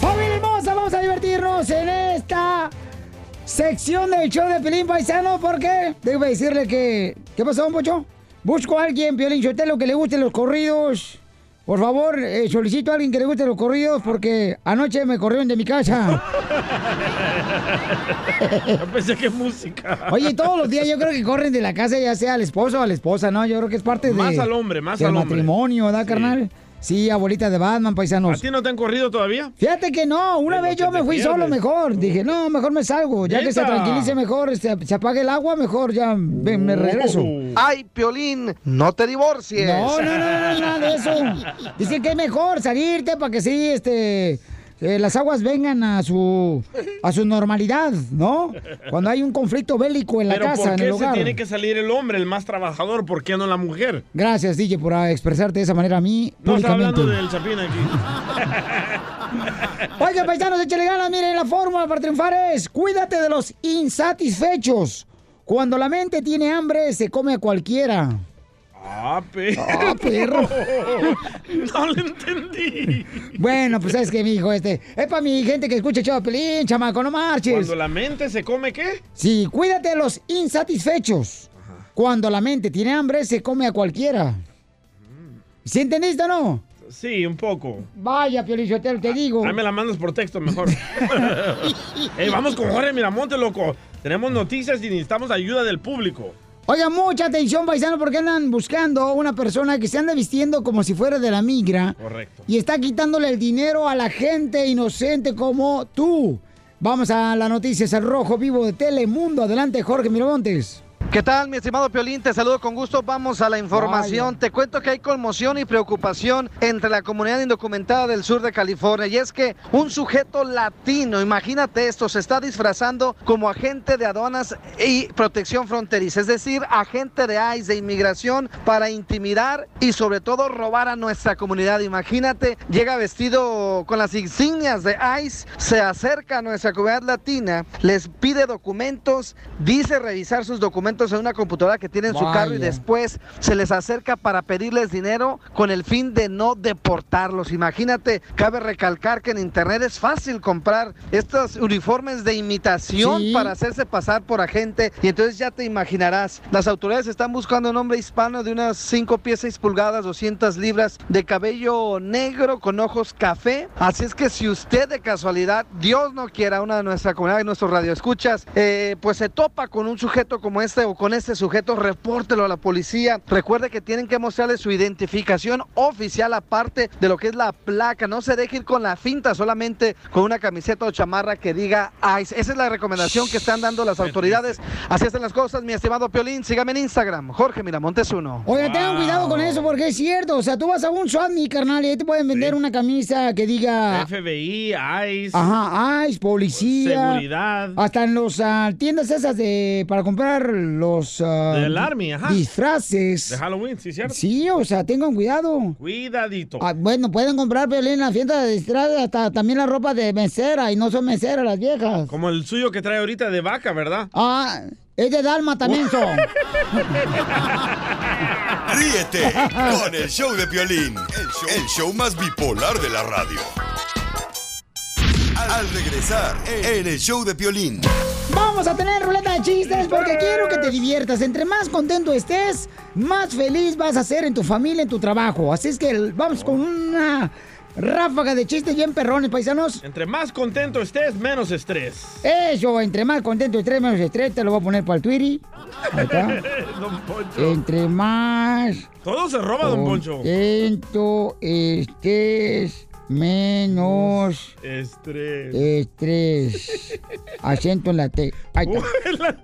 ¡Familia hermosa! Vamos a divertirnos en esta sección del show de Pelín Paisano porque debo decirle que... ¿Qué pasó, Pocho? Busco a alguien, Piolín Chotelo, que le gusten los corridos. Por favor, eh, solicito a alguien que le gusten los corridos porque anoche me corrieron de mi casa. Yo pensé que música. Oye, todos los días yo creo que corren de la casa, ya sea al esposo o a la esposa, ¿no? Yo creo que es parte de... Más al hombre, más del al hombre. matrimonio, ¿verdad, carnal? Sí, abuelita de Batman, ¿A paisanos. ti no te han corrido todavía? Fíjate que no, una vez yo me fui pierdes. solo mejor. Dije, no, mejor me salgo. Ya que se ¡Neta! tranquilice mejor, se, se apague el agua, mejor ya me, Uh. me regreso. Ay, Piolín, no te divorcies. No, no, no, no, no, nada de eso. Dicen que es mejor salirte para que sí, este. eh, las aguas vengan a su a su normalidad, ¿no? Cuando hay un conflicto bélico en la Pero casa, ¿por en qué el se hogar. tiene que salir el hombre, el más trabajador? ¿Por qué no la mujer? Gracias, DJ, por ah, expresarte de esa manera a mí. No está públicamente. hablando del Chapín aquí. Oigan, paisanos, échale ganas, miren, la fórmula para triunfar es cuídate de los insatisfechos. Cuando la mente tiene hambre, se come a cualquiera. ¡Ah, perro! Ah, perro. No lo entendí. Bueno, pues sabes que mi hijo este. Es para mi gente que escucha Chopelín, chamaco, no marches. Cuando la mente se come, ¿qué? Sí, cuídate de los insatisfechos. Cuando la mente tiene hambre, se come a cualquiera. Mm. ¿Sí entendiste o no? Sí, un poco. Vaya, Piolichotero, te digo. Ahí me la mandas por texto mejor. Ey, vamos con Jorge Miramonte, loco. Tenemos noticias y necesitamos ayuda del público. Oiga, mucha atención, paisano, porque andan buscando una persona que se anda vistiendo como si fuera de la migra. Correcto. Y está quitándole el dinero a la gente inocente como tú. Vamos a las noticias, el rojo vivo de Telemundo. Adelante, Jorge Miramontes. ¿Qué tal, mi estimado Piolín? Te saludo con gusto. Vamos a la información. Te cuento que hay conmoción y preocupación entre la comunidad indocumentada del sur de California. Y es que un sujeto latino, imagínate esto, se está disfrazando como agente de aduanas y protección fronteriza, es decir, agente de ICE, de inmigración, para intimidar y sobre todo robar a nuestra comunidad. Imagínate, llega vestido con las insignias de ICE, se acerca a nuestra comunidad latina, les pide documentos, dice revisar sus documentos en una computadora que tiene en su carro y Vaya. después se les acerca para pedirles dinero con el fin de no deportarlos. Imagínate, cabe recalcar que en internet es fácil comprar estos uniformes de imitación Sí. para hacerse pasar por agente y entonces ya te imaginarás, las autoridades están buscando un hombre hispano de unas 5 pies 6 pulgadas, 200 libras, de cabello negro con ojos café, así es que si usted de casualidad, Dios no quiera, una de nuestra comunidad y nuestros radioescuchas, eh, pues se topa con un sujeto como este o con este sujeto, repórtelo a la policía, recuerde que tienen que mostrarle su identificación oficial aparte de lo que es la placa, no se deje ir con la finta, solamente con una camiseta o chamarra que diga ICE, esa es la recomendación que están dando las autoridades, así están las cosas, mi estimado Piolín, sígame en Instagram, Jorge Miramontes uno. Oiga, tengan cuidado con eso porque es cierto. O sea, tú vas a un SWATMI, carnal, y ahí te pueden vender una camisa que diga. FBI, ICE, Ah. Ajá, ICE, policía. seguridad. Hasta en los ah, tiendas esas de para comprar los ah, Del Army, ajá. disfraces. De Halloween, ¿sí cierto? Sí, o sea, tengan cuidado. Cuidadito. Ah, bueno, pueden comprar Piolín, en la fiesta de disfraces, hasta también la ropa de mesera y no son meseras las viejas. Como el suyo que trae ahorita de vaca, ¿verdad? Ah, es de Dalma también son. Ríete con el show de Piolín, el show, el show más bipolar de la radio. Al regresar en el show de Piolín. Vamos a tener ruleta de chistes porque quiero que te diviertas. Entre más contento estés, más feliz vas a ser en tu familia, en tu trabajo. Así es que el- vamos con una ráfaga de chistes bien perrones, paisanos. Entre más contento estés, menos estrés. Eso, entre más contento estés, menos estrés, te lo voy a poner para el Twitter. Ahí está. Don Poncho. Entre más Todo se roba, Don Poncho. contento estés, menos Estrés. estrés. Acento en la T. Ahí está.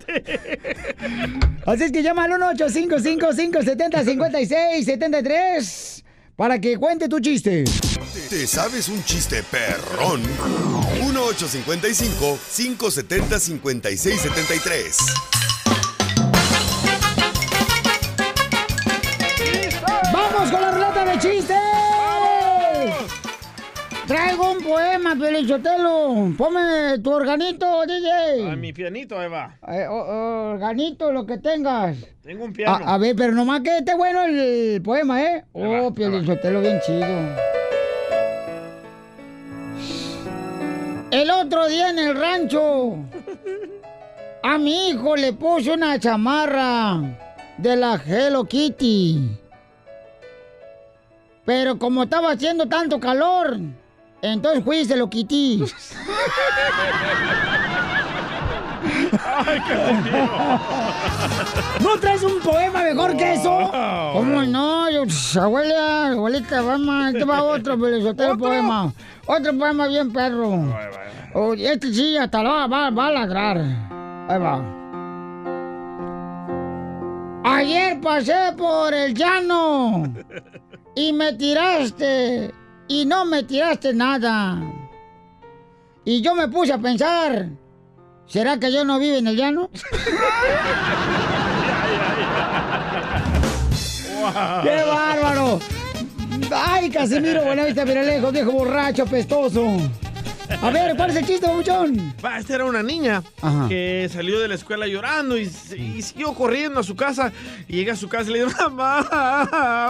Así es que llama al 1-855-570-5673 para que cuente tu chiste. ¿Te sabes un chiste perrón? 1855-570-5673. chistes! Traigo un poema, Pelichotelo. Ponme tu organito, DJ. A Ah, mi pianito, ahí va. Eh, o- o- organito, lo que tengas. Tengo un piano. A, a ver, pero nomás que esté bueno el poema, ¿eh? va, Oh, Pelichotelo, bien chido. El otro día en el rancho, a mi hijo le puse una chamarra de la Hello Kitty. Pero como estaba haciendo tanto calor, entonces fui y se lo quité. ¡Ay, ¿No traes un poema mejor que eso? ¿Cómo no? Yo, sh, abuela, abuelita, vamos, este va otro, pero yo tengo poema. Otro poema bien perro. Oh, este sí, hasta lo va, va- va a ladrar. Ahí va. Ayer pasé por el llano y me tiraste y no me tiraste nada. Y yo me puse a pensar, ¿será que yo no vivo en el llano? ¡Qué Ah. bárbaro! ¡Ay, Casimiro, buena vista, mira lejos, viejo borracho, pestoso! A ver, ¿cuál es el chiste, muchón? Va, esta era una niña Ajá. que salió de la escuela llorando y, se- y siguió corriendo a su casa. Y llega a su casa y le dice, mamá,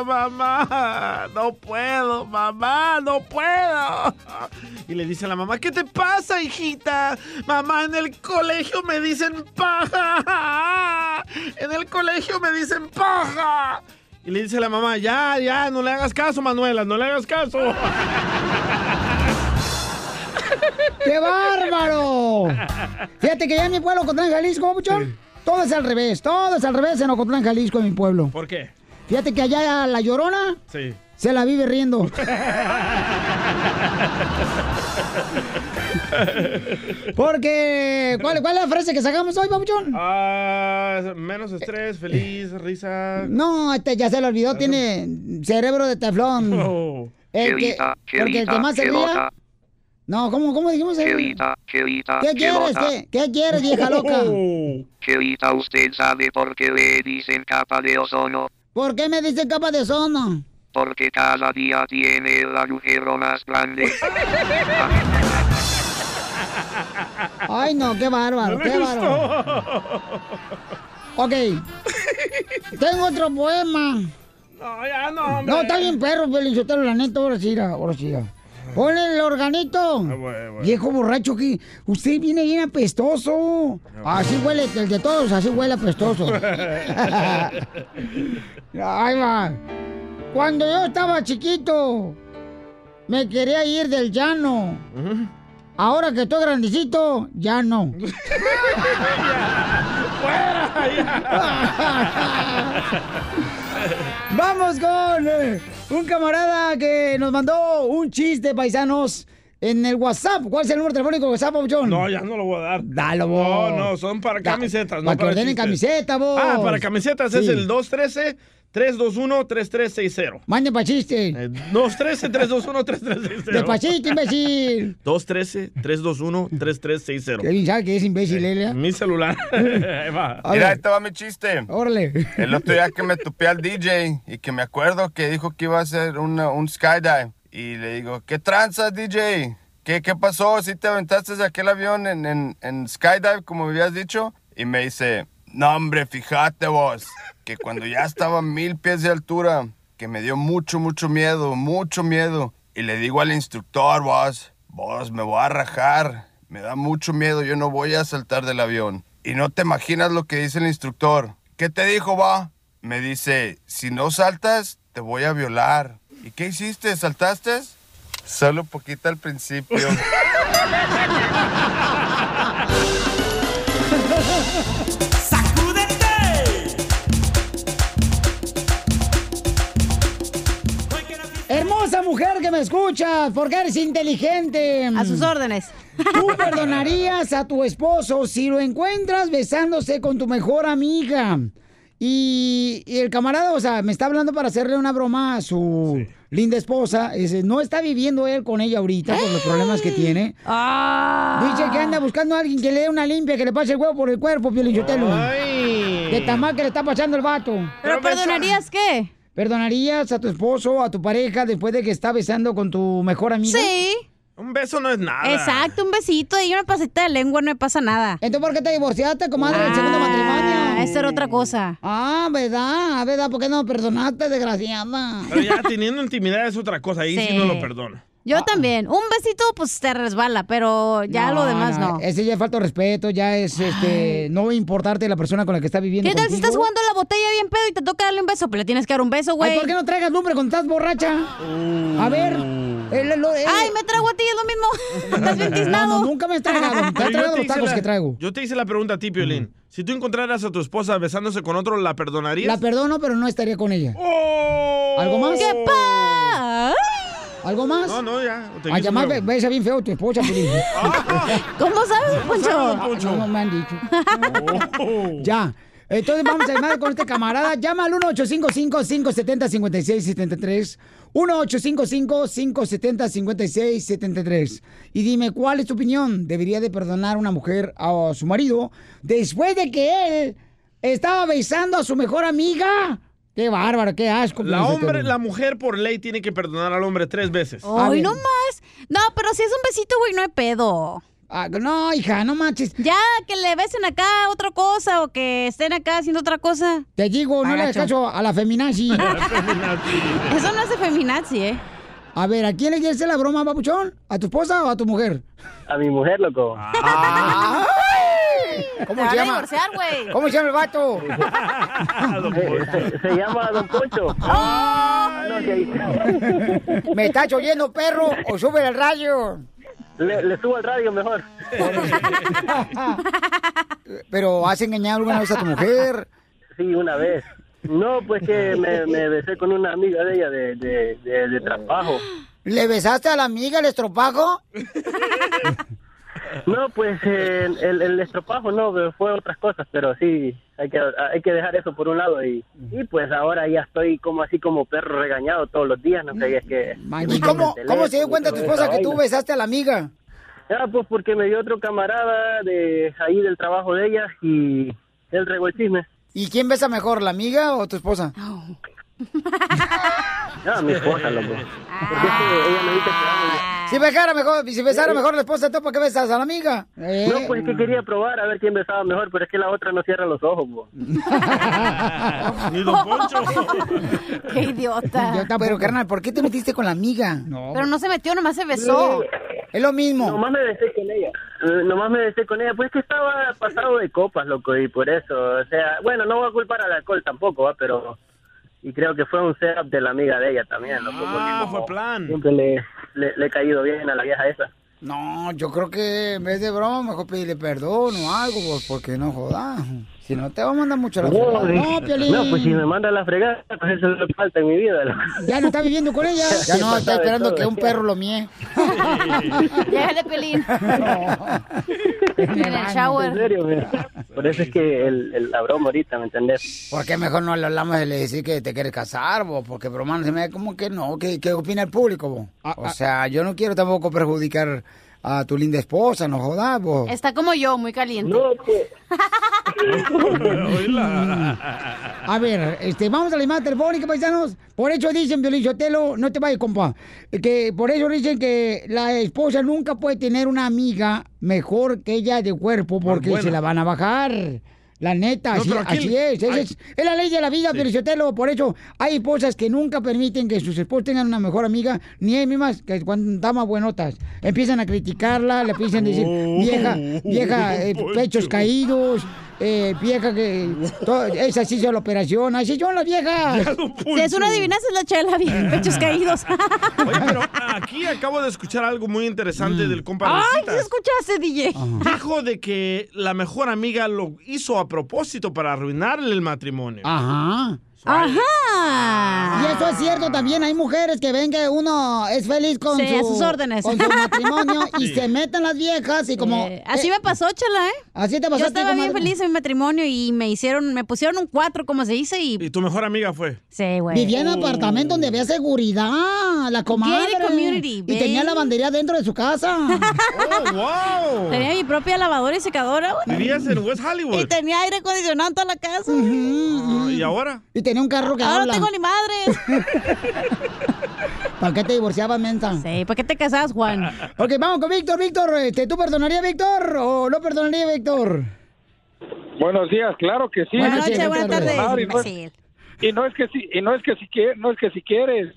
mamá, no puedo, mamá, no puedo. Y le dice a la mamá, ¿qué te pasa, hijita? Mamá, en el colegio me dicen paja. Ah, En el colegio me dicen paja. Y le dice la mamá, ya, ya, no le hagas caso, Manuela, no le hagas caso. ¡Qué bárbaro! Fíjate que ya en mi pueblo, Ocotlán, Jalisco, muchón, todo es al revés, todo es al revés en Ocotlán, Jalisco, en mi pueblo. ¿Por qué? Fíjate que allá la llorona Sí. se la vive riendo. Porque, ¿cuál, ¿cuál es la frase que sacamos hoy, papuchón? Ah, menos estrés, feliz, risa. Eh, No, este ya se lo olvidó, tiene cerebro de teflón. Ah. Oh. El que- Chelita, porque el que chelita, más se ría. chelota, No, ¿cómo, cómo dijimos? eh? chelita, chelita, ¿Qué quieres? chelota. ¿Qué, qué quieres, vieja loca? Oh. Chelita, ¿usted sabe por qué le dicen capa de ozono? ¿Por qué me dicen capa de ozono? Porque cada día tiene el agujero más grande. Ay, no, qué bárbaro, qué bárbaro. Ok. Tengo otro poema. No, ya no, hombre. No, está bien perro, Pelichotero, la neta, ahora sí, era, ahora sí. era. Ponle el organito. Ah, bueno, bueno. Viejo borracho que usted viene bien apestoso. Ah, Así huele el de todos, así huele apestoso. Ay, va. Cuando yo estaba chiquito, me quería ir del llano. Ahora que estoy grandecito, ya no. Vamos con eh, un camarada que nos mandó un chiste, paisanos, en el WhatsApp. ¿Cuál es el número telefónico de WhatsApp, John? No, ya no lo voy a dar. Dalo, vos. No, no, son para Da- camisetas, no Para que para ordenen chistes. camiseta, vos. Ah, para camisetas es Sí. el 213-321-3360. Manden pa' chiste. Eh, 213-321-3360. Despacito, imbécil. 213-321-3360. Que bien sabe que es imbécil, Elia. Mi celular. Ahí va. A Mira, ver, este va mi chiste. órale. El otro día que me topé al DJ y que me acuerdo que dijo que iba a hacer una- un skydive. Y le digo, ¿qué tranza, DJ? ¿Qué, qué pasó? ¿Si te aventaste de aquel avión en, en- en skydive, como me habías dicho? Y me dice, no, hombre, fíjate vos, que cuando ya estaba a mil pies de altura, que me dio mucho, mucho miedo, mucho miedo. Y le digo al instructor, vos, vos, me voy a rajar. Me da mucho miedo, yo no voy a saltar del avión. Y no te imaginas lo que dice el instructor. ¿Qué te dijo, va? Me dice, si no saltas, te voy a violar. ¿Y qué hiciste? ¿Saltaste? Solo poquito al principio. Hermosa mujer que me escuchas, porque eres inteligente. A sus órdenes. ¿Tú perdonarías a tu esposo si lo encuentras besándose con tu mejor amiga? Y, y el camarada, o sea, me está hablando para hacerle una broma a su linda esposa. Ese, no está viviendo él con ella ahorita por los problemas que tiene. Ah. Dice que anda buscando a alguien que le dé una limpia, que le pase el huevo por el cuerpo, Piolichotelo. Ay. De tamal que le está pasando el vato. ¿Pero Pero perdonarías qué? ¿Perdonarías a tu esposo o a tu pareja después de que está besando con tu mejor amigo? Sí. Un beso no es nada. Exacto, un besito y una pasita de lengua, no me pasa nada. ¿Entonces por qué te divorciaste, comadre, del segundo matrimonio? Esa era otra cosa. Ah, ¿verdad? Ah, ¿Verdad? ¿Por qué no perdonaste, desgraciada? Pero ya teniendo intimidad es otra cosa, ahí sí, Sí. no lo perdono. Yo también. Un besito, pues te resbala, pero ya lo demás no. Ese ya es falta de respeto, ya es este no importarte la persona con la que está viviendo. ¿Qué tal si contigo. estás jugando la botella bien pedo y te toca darle un beso? Pues le tienes que dar un beso, Ay, güey. ¿por qué no traigas lumbre cuando estás borracha? A ver. el- el- el- Ay, me trago a ti, es lo mismo. Estás bien no, tiznado. no, nunca me has tragado. Te Pero has yo tragado te los hice tacos la- que traigo. Mm. Yo te hice la pregunta a ti, Piolín. Si tú encontraras a tu esposa besándose con otro, ¿la La perdonarías? perdono, pero no estaría con ella. ¡Oh! ¿Algo más? ¿Qué pa? ¿Algo más? No, no, ya. te A quito llamar, luego. besa bien feo tu esposa, Piolín. ¿Cómo sabes, Saludos, Poncho? No, no Poncho. me han dicho. Ya. Entonces vamos a llamar con este camarada. Llama al 1-855-570-5673. 1-855-570-5673. Y dime, ¿cuál es tu opinión? ¿Debería de perdonar una mujer a su marido después de que él estaba besando a su mejor amiga? ¡Qué bárbaro, qué asco! La, Piolín este hombre, Sotelo. la mujer por ley tiene que perdonar al hombre tres veces. Ay, Ah, bien. no más. No, pero si es un besito, güey, no hay pedo. Ah, no, hija, no manches. Ya, que le besen acá otra cosa o que estén acá haciendo otra cosa. Te digo, no le hagas Agacho. caso a la feminazi. Eso no hace feminazi, ¿eh? A ver, ¿a quién le quieres hacer la broma, papuchón? ¿A tu esposa o a tu mujer? A mi mujer, loco. Te ¿Cómo van se a llama? divorciar, güey. ¿Cómo se llama el vato? Se, se llama Don Poncho. Ah, no, que ahí- ¿Me estás oyendo, perro? ¿O sube el rayo? le, le subo al radio mejor. Pero ¿has engañado alguna vez a tu mujer? Sí, una vez. No, pues que me, me besé con una amiga de ella de, de, de, de trabajo. ¿Le besaste a la amiga el estropajo? No, pues eh, el, el estropajo no, pero fue otras cosas, pero sí, hay que, hay que dejar eso por un lado. Y, y pues ahora ya estoy como así como perro regañado todos los días, no sé, y es que... ¿Y cómo, cómo se dio cuenta tu esposa que tú ves? besaste a la amiga? Ah, pues porque me dio otro camarada de ahí del trabajo de ella y él regó el chisme. ¿Y quién besa mejor, la amiga o tu esposa? Ah, mi esposa, loco. Porque es que ella me dice que ah, Si besara mejor, si besara mejor la esposa, ¿tú por qué besas a la amiga? Eh, No, pues es que quería probar a ver quién besaba mejor, pero es que la otra no cierra los ojos, po. Ni don Poncho. Qué idiota. yo tampoco. Pero, carnal, ¿por qué te metiste con la amiga? Pero no se metió, nomás se besó. Es lo mismo. Nomás me besé con ella. Eh, Nomás me besé con ella. Pues es que estaba pasado de copas, loco, y por eso. O sea, bueno, no voy a culpar al alcohol tampoco, ¿va? Pero. Y creo que fue un setup de la amiga de ella también, loco. porque Ah, como fue plan. Siempre le, le, le he caído bien a la vieja esa. No, yo creo que en vez de broma, mejor pedirle perdón o algo, pues, porque no jodas. Si no, te va a mandar mucho a la fregada. No, Piolín. No, pues si me manda a la fregada, pues eso es lo que falta en mi vida, loco. Ya no está viviendo con ella. Ya no está esperando que un perro lo mie. Lléjale, Pelín. En el En shower. serio, mira. Por eso es que el, el, la broma ahorita, ¿me entendés? Porque mejor no le hablamos de le decir que te quieres casar, vos, porque broma no se me como que no, ¿qué, qué opina el público, vos? o sea, yo no quiero tampoco perjudicar a tu linda esposa, Ah, no jodas, vos. Está como yo, muy caliente. No, pues. Ah. A ver, este, vamos a la llamada telefónica, paisanos. Por eso dicen, Violín Sotelo, no te vayas, compa. Que por eso dicen que la esposa nunca puede tener una amiga mejor que ella de cuerpo, porque buena. se la van a bajar. La neta, No, así, pero aquí- así es. Esa ay. es. es la ley de la vida, Piolín Sotelo. Por eso hay esposas que nunca permiten que sus esposos tengan una mejor amiga, ni hay mismas que cuando están más buenotas. Empiezan a criticarla, le empiezan a decir, Oh, vieja, vieja, eh, Poncho. pechos caídos, eh, vieja que... to- esa sí hizo la operación, así son las viejas. Si es una adivinanza, es la chela, bien pechos caídos. Oye, pero aquí acabo de escuchar algo muy interesante Mm. del compa Ay, ¿sí Rositas. escuchaste, DJ? Dijo de que la mejor amiga lo hizo a propósito para arruinarle el matrimonio. Ajá. Ajá. Y es Eso es cierto también. Hay mujeres que ven que uno es feliz con Sí, a su, sus órdenes. con su matrimonio y Sí. se meten las viejas y como... Eh, así me pasó, chala, ¿eh? Así te pasó Yo a ti, estaba bien comadre. feliz en mi matrimonio y me hicieron, me pusieron un cuatro, como se dice, y... Y tu mejor amiga fue. Sí, güey. Vivía en un apartamento donde había seguridad, la comadre. community, y tenía babe. lavandería dentro de su casa. wow! Tenía mi propia lavadora y secadora, güey. Vivías en West Hollywood. Y tenía aire acondicionado en toda la casa. Ah, ¿Y ahora? Y tenía un carro que Ahora habla. no tengo ni madres. ¿Para qué te divorciabas, menta? Sí, ¿para qué te casabas, Juan? ok, vamos con Víctor. Víctor, este, ¿tú perdonarías a Víctor o no perdonarías a Víctor? Buenos días, claro que sí. Buenas noches, Sí, buenas claro. tardes, Claro, y no es- imbécil. Y no es que sí, y no es que si quie- no es que si quieres.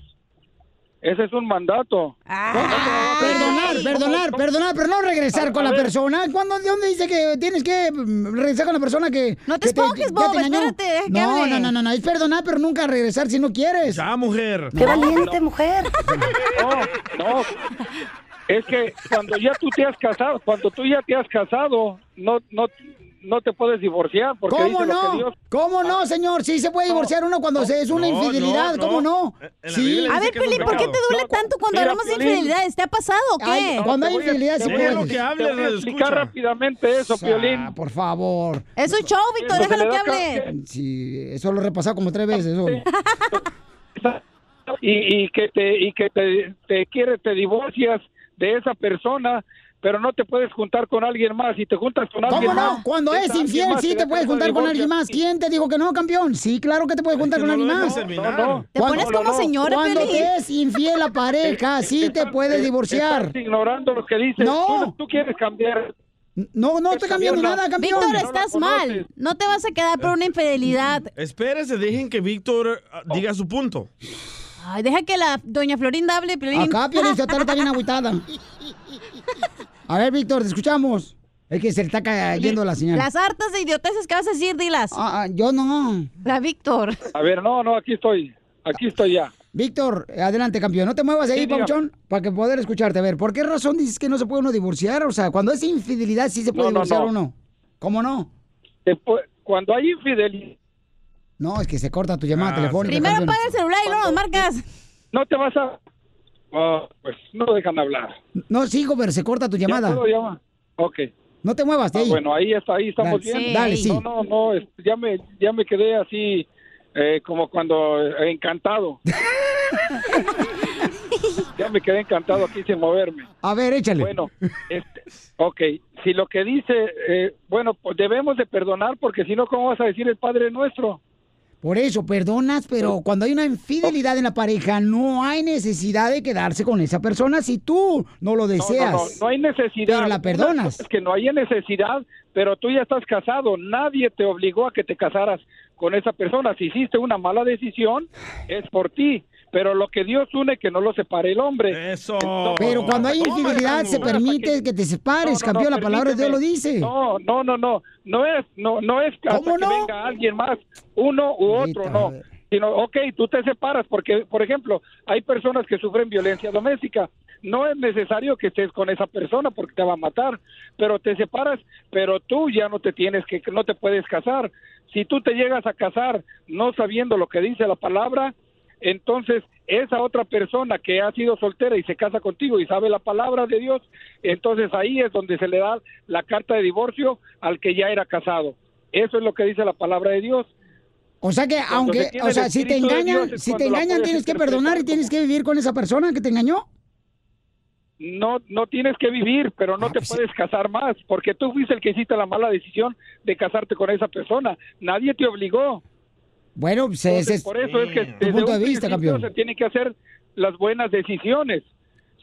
Ese es un mandato. Ah. Ah. Perdonar, perdonar, perdonar, pero no regresar con la persona. ¿Cuándo, ¿De dónde dice que tienes que mm, regresar con la persona que... No te que esponjes, ya Bob, te engañó? espérate, deja que No, hable. no, no, no, no, es perdonar, pero nunca regresar si no quieres. Ya, mujer. Qué valiente, mujer. No, es que cuando ya tú te has casado, cuando tú ya te has casado, no no no te puedes divorciar porque ¿Cómo dice lo que no? Dios. ¿Cómo no, señor? Sí se puede divorciar uno cuando se es una no, infidelidad, no, ¿cómo no? Sí. A ver, Pelín, ¿por qué te duele tanto cuando mira, hablamos de Piolín. infidelidades? ¿Te ha pasado o qué? Ay, cuando hay Te voy a- infidelidad te se voy a- puede. te voy a explicar rápidamente eso, Piolín. Por favor. Es un show, Víctor, Eso se déjalo le que da hable. Sí, eso lo he repasado como tres veces. eso. y, y que te y que te, te quiere te divorcias de esa persona pero no te puedes juntar con alguien más si te juntas con alguien ¿Cómo más no? Cuando es esa alguien infiel, más sí da te puedes culpa juntar de con alguien divorcio. más. ¿Quién te dijo que no, campeón? Sí, claro que te puedes juntar con alguien más. Te Cuando- pones como señora, Cuando Piolín. te es infiel la eh, pareja, sí te puedes divorciar. Estás ignorando lo que dices No. tú, tú quieres cambiar Oh, No, no estoy cambiando nada, campeón. Víctor, estás mal. No te vas a quedar por una infidelidad. Espérese, dejen que Víctor ah, diga su punto. Ay, deja que la doña Florinda hable, Piolín. Acá, Piolín Sotelo está bien agüitada. A ver, Víctor, te escuchamos. Es que se le está cayendo la señal. Las hartas de idioteces que vas a decir, dilas. Ah, yo no. La Víctor. a ver no no aquí estoy aquí estoy ya Víctor, adelante, campeón. No te muevas ahí, Sí, dígame. Pauchón, para que poder escucharte. A ver, ¿por qué razón dices que no se puede uno divorciar? O sea, cuando es infidelidad, sí se puede No, no, divorciar no. uno. ¿Cómo no? Te pu- cuando hay infidelidad No, es que Ah, se corta tu llamada telefónica. Primero campeón. apaga el celular y luego nos marcas. no te vas a Ah, pues no dejan hablar No, sigo, pero se corta tu llamada. ya puedo llamar okay No te muevas de Ah, ahí. bueno, ahí está, ahí estamos Dale, bien. sí. Dale, sí. No, no, no, es- ya me, ya me quedé así eh, como cuando eh, encantado. ya me quedé encantado aquí sin moverme. A ver, Ah, échale. Bueno, este, ok, si lo que dice, eh, bueno, pues debemos de perdonar porque si no, ¿cómo vas a decir el Padre Nuestro? Por eso, perdonas, pero cuando hay una Oh. infidelidad en la pareja, no hay necesidad de quedarse con esa persona si tú no lo No, no, deseas. no, no hay necesidad. Pero la perdonas. Es que no hay necesidad, pero tú ya estás casado. Nadie te obligó a que te casaras con esa persona. Si hiciste una mala decisión, es por ti. Pero lo que Dios une, que no lo separe el hombre. Eso. Pero cuando hay infidelidad, se permite que te separes, campeón. la palabra de Dios lo dice. No, no, no, no. No es, no, no es hasta que venga alguien más, uno u otro, no. Sino, ok, tú te separas porque, por ejemplo, hay personas que sufren violencia doméstica. No es necesario que estés con esa persona porque te va a matar, pero te separas, pero tú ya no te tienes que, no te puedes casar. Si tú te llegas a casar no sabiendo lo que dice la palabra, entonces, esa otra persona que ha sido soltera y se casa contigo y sabe la palabra de Dios, entonces ahí es donde se le da la carta de divorcio al que ya era casado. Eso es lo que dice la palabra de Dios. O sea que, Cuando aunque, se tiene o el sea, si te Espíritu de Dios engañan, es si te cuando la engañan, puedes tienes que interpretar perdonar y como- tienes que vivir con esa persona que te engañó. No, no tienes que vivir, pero no te puedes casar más, porque tú fuiste el que hiciste la mala decisión de casarte con esa persona. Nadie te obligó. Bueno, pues ese Entonces, es por eso es que desde tu punto de un vista, principio campeón. se tienen que hacer las buenas decisiones.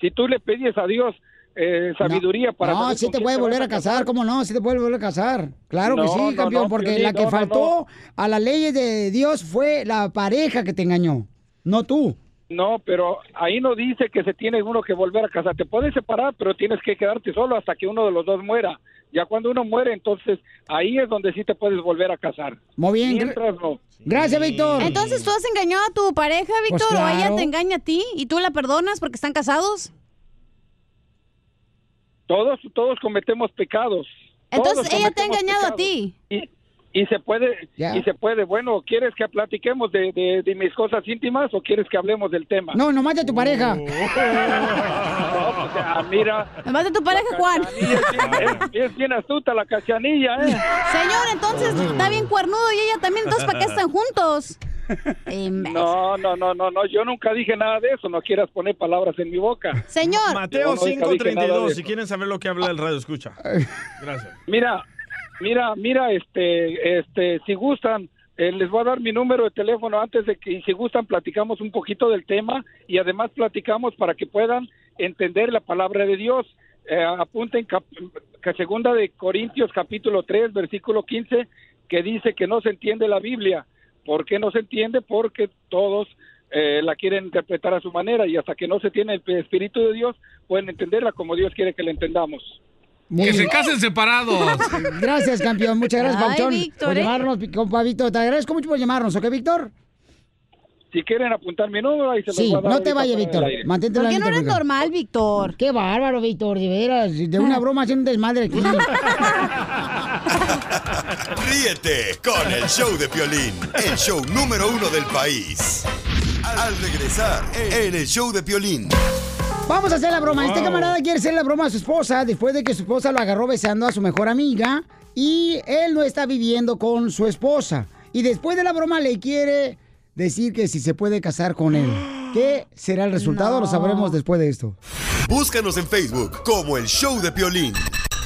Si tú le pides a Dios eh, sabiduría para No, saber sí con te quién puede vas volver a casar, ¿cómo no? Sí te puede volver a casar. Claro que No, sí, no, campeón, no, porque Piolín, la que no, no, faltó a las leyes de Dios fue la pareja que te engañó, no tú. No, pero ahí no dice que se tiene uno que volver a casar. Te puedes separar, pero tienes que quedarte solo hasta que uno de los dos muera. Ya cuando uno muere, entonces ahí es donde sí te puedes volver a casar. Muy bien. Mientras no. Gracias, Víctor. Pues Entonces, ¿tú has engañado a tu pareja, Víctor? ¿O ella claro. te engaña a ti y tú la perdonas porque están casados? Todos, todos cometemos pecados. Entonces, Todos ella te ha cometemos engañado a pecados. ti. Y- y se puede, y se puede. Bueno, ¿quieres que platiquemos de, de- de mis cosas íntimas o quieres que hablemos del tema? No, nomás de tu pareja. No, pues, ah, mira. Nomás de tu pareja, Juan. Es, es bien astuta la cachanilla, ¿eh? Señor, entonces está bien cuernudo y ella también, entonces ¿para qué están juntos? No, no, no, no, no, yo nunca dije nada de eso, no quieras poner palabras en mi boca. Señor. Yo Mateo nunca dije nada de 532, eso. si quieren saber lo que habla el radio, escucha. Gracias. Mira, mira, mira, este, este, si gustan, eh, les voy a dar mi número de teléfono antes de que, y si gustan, platicamos un poquito del tema y además platicamos para que puedan entender la palabra de Dios. Eh, apunten cap- que segunda de Corintios capítulo 3, versículo 15, que dice que no se entiende la Biblia. ¿Por qué no se entiende? Porque todos eh, la quieren interpretar a su manera y hasta que no se tiene el Espíritu de Dios pueden entenderla como Dios quiere que la entendamos. Que se casen separados. Gracias, campeón. Muchas gracias, Ay, Pauchón, Víctor, por ¿eh? llamarnos, compa Víctor. Te agradezco mucho por llamarnos, ¿ok, Víctor? Si quieren apuntar mi número, ahí se los Sí, voy a dar no te ahorita vayas, fuera del Víctor. aire. Mantente en la línea telefónica. normal, Víctor? Qué bárbaro, Víctor, de veras. De una broma haciendo un desmadre aquí. Ríete con el show de Piolín, el show número uno del país. Al regresar en el show de Piolín. Vamos a hacer la broma. Este Wow. camarada quiere hacer la broma a su esposa después de que su esposa lo agarró besando a su mejor amiga y él no está viviendo con su esposa. Y después de la broma le quiere decir que si se puede casar con él. ¿Qué será el resultado? Lo sabremos después de esto. Búscanos en Facebook como el show de Piolín.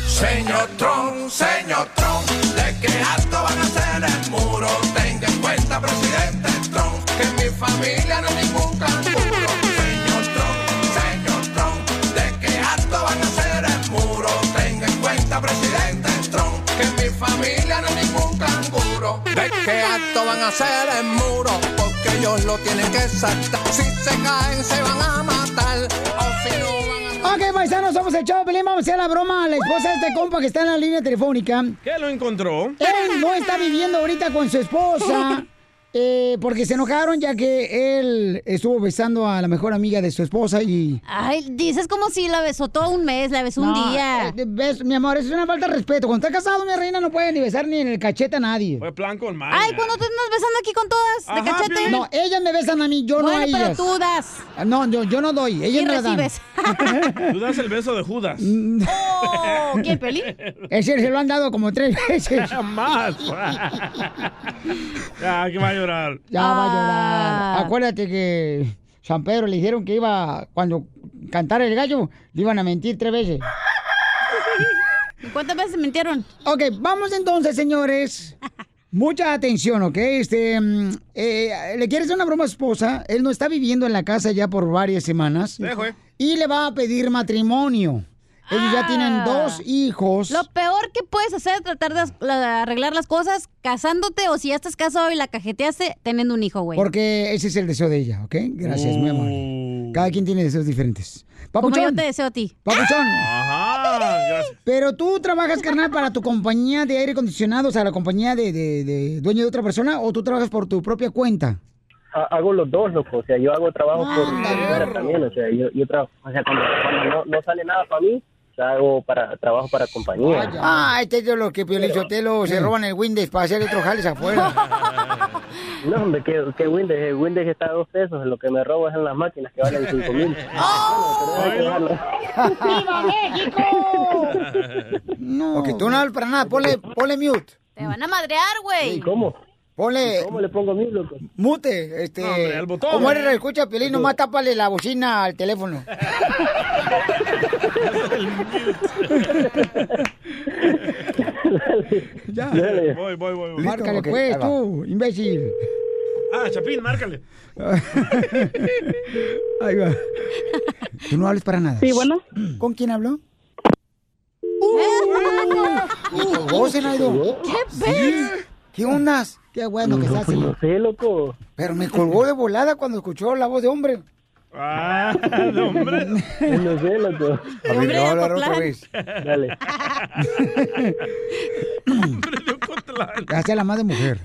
Señor Trump, señor Trump, de que alto van a hacer el muro. Tenga en cuenta, presidente Trump, que mi familia no es ningún canguro. Señor Trump, señor Trump, de que alto van a hacer el muro. Tenga en cuenta, presidente Trump, que mi familia no es ningún canguro. De que alto van a hacer el muro, porque ellos lo tienen que saltar. Si se caen, se van a matar, o si no van a... Ok, paisanos, somos el show. de Pelín. Vamos a hacer la broma a la esposa de este compa que está en la línea telefónica. ¿Qué lo encontró? Él no está viviendo ahorita con su esposa eh, porque se enojaron ya que él estuvo besando a la mejor amiga de su esposa y... Ay, dices como si la besó todo un mes, la besó No, un día. eh, ves, mi amor, eso es una falta de respeto. Cuando estás casado, mi reina, no puede ni besar ni en el cachete a nadie. Fue plan con maña. Ay, cuando tú andas besando aquí con todas, de Pues, Ajá, cachete. Piolín. No, ellas me besan a mí, yo no Bueno, a pero ellas. Ah, tú das. No, yo, yo no doy, ellas Y me la dan. recibes. Tú das el beso de Judas. Oh, ¿Quién, Pelín? Ese se lo han dado como tres veces. Más. Ya, que va a llorar. Ya va a Ah. llorar. Acuérdate que San Pedro le dijeron que iba, cuando cantara el gallo, le iban a mentir tres veces. ¿Cuántas veces mintieron? Ok, vamos entonces, señores. Mucha atención, ¿ok? Este, mm, eh, le quiere hacer una broma a su esposa. Él no está viviendo en la casa ya por varias semanas. güey. Y le va a pedir matrimonio. Ellos ya Ah. tienen dos hijos. Lo peor que puedes hacer es tratar de as- la- arreglar las cosas casándote o si ya estás casado y la cajeteaste teniendo un hijo, güey. Porque ese es el deseo de ella, ¿ok? Gracias, muy amable. Cada quien tiene deseos diferentes. Como yo Papuchón, te deseo a ti. Papuchón. Ajá, gracias. Pero tú trabajas, carnal, para tu compañía de aire acondicionado, o sea, la compañía de, de- de dueño de otra persona, o tú trabajas por tu propia cuenta. Ha- hago los dos, loco. O sea, yo hago trabajo Ah, por mi Ándale. señora también. O sea, yo, yo trabajo. O sea, cuando, cuando no, no sale nada para mí, o sea, hago para, trabajo para compañía. Ah, este es de los que Piolín Sotelo se roban el Windex para hacer otros jales afuera. No, hombre, que, que Windex. El Windex está a dos pesos. Lo que me robo es en las máquinas que valen cinco mil. Ah, ¡Viva México! No. Ok, tú no hablas para nada, ponle, ponle mute. Te van a madrear, güey. ¿Cómo? Ponle. ¿Cómo le pongo mute, loco? Mute, este. No, hombre, al botón. Como eres, escucha, Piolín, nomás tápale la bocina al teléfono. Ya. Voy, voy, voy, voy. Márcale, pues, tú, imbécil. Ah, Chapín, márcale. Ahí va. Tú no hables para nada. Sí, bueno. ¿Con quién habló? ¡Uh! Con vos, Zenaido. ¿Qué Sí. ¿Qué ondas? Qué bueno que estás. No sé, loco. Pero me colgó de volada cuando escuchó la voz de hombre. Ah, de hombre. No sé, loco. A ver, Hombre, voy a hablar otra Ocotlán. vez. Dale. Hacia la madre mujer.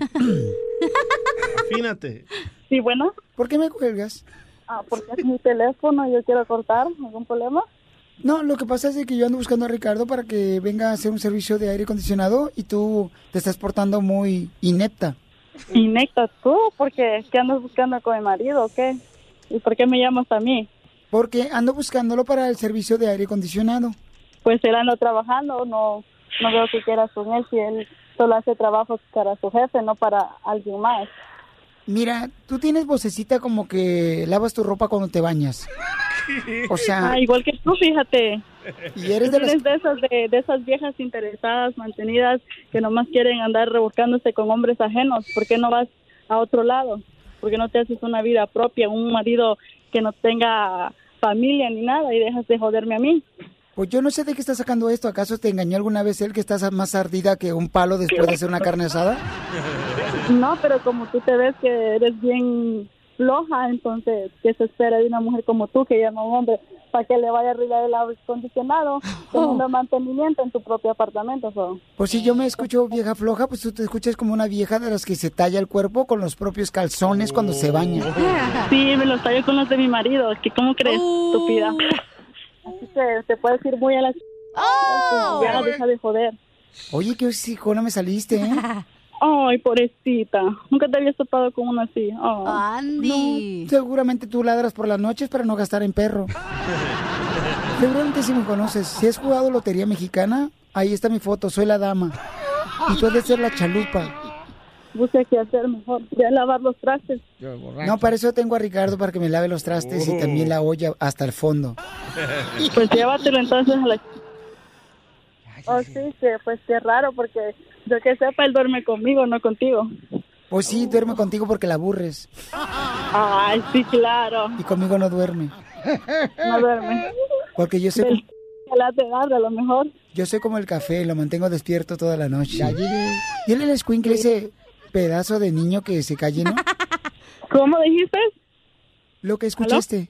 Afínate. Sí, bueno. ¿Por qué me cuelgas? Ah, porque es mi teléfono y yo quiero cortar. ¿Algún problema? No, lo que pasa es de que yo ando buscando a Ricardo para que venga a hacer un servicio de aire acondicionado y tú te estás portando muy inepta. Inecta tú, porque ¿qué andas buscando con mi marido o qué? ¿Y por qué me llamas a mí? Porque ando buscándolo para el servicio de aire acondicionado. Pues él anda trabajando, no, no veo que quieras con él, si él solo hace trabajos para su jefe, no para alguien más. Mira, tú tienes vocecita como que lavas tu ropa cuando te bañas. O sea, Ah, igual que tú, fíjate. Este, Y eres de Tú las- de esas, de, de esas viejas interesadas, mantenidas, que nomás quieren andar rebuscándose con hombres ajenos. ¿Por qué no vas a otro lado? ¿Por qué no te haces una vida propia, un marido que no tenga familia ni nada y dejas de joderme a mí? pues yo no sé de qué estás sacando esto. ¿Acaso te engañó alguna vez él que estás más ardida que un palo después de hacer una carne asada? No, pero como tú te ves que eres bien floja, entonces, ¿qué se espera de una mujer como tú que llama a un hombre para que le vaya a arreglar el aire acondicionado, teniendo mantenimiento en tu propio apartamento? so? Pues si yo me escucho vieja floja, pues tú te escuchas como una vieja de las que se talla el cuerpo con los propios calzones cuando se baña. Sí, me los tallo con los de mi marido. que ¿Cómo crees, estúpida? Uh. Así que te puedes ir muy a la... ¡Oh! Ya, deja de joder. Oye, qué hijona me saliste, ¿eh? Ay, pobrecita. Nunca te habías topado con uno así. Oh. Andy. seguramente tú ladras por las noches para no gastar en perro. Seguramente si me conoces, si has jugado Lotería Mexicana, ahí está mi foto, soy la dama. Y tú has de ser la chalupa. Busca qué hacer mejor. Ya lavar los trastes. Oh. No, para eso tengo a Ricardo para que me lave los trastes y también la olla hasta el fondo. Pues llévatelo entonces a la... Oh, sí, que, pues qué raro, porque yo que sepa, él duerme conmigo, no contigo. Pues sí, duerme contigo porque la aburres. Ay, sí, claro. Y conmigo no duerme. No duerme. Porque yo soy, Del- La hace dar, a lo mejor. yo soy como el café, lo mantengo despierto toda la noche. Y él es Queen, ese pedazo de niño que se calle, ¿no? ¿Cómo dijiste? Lo que escuchaste.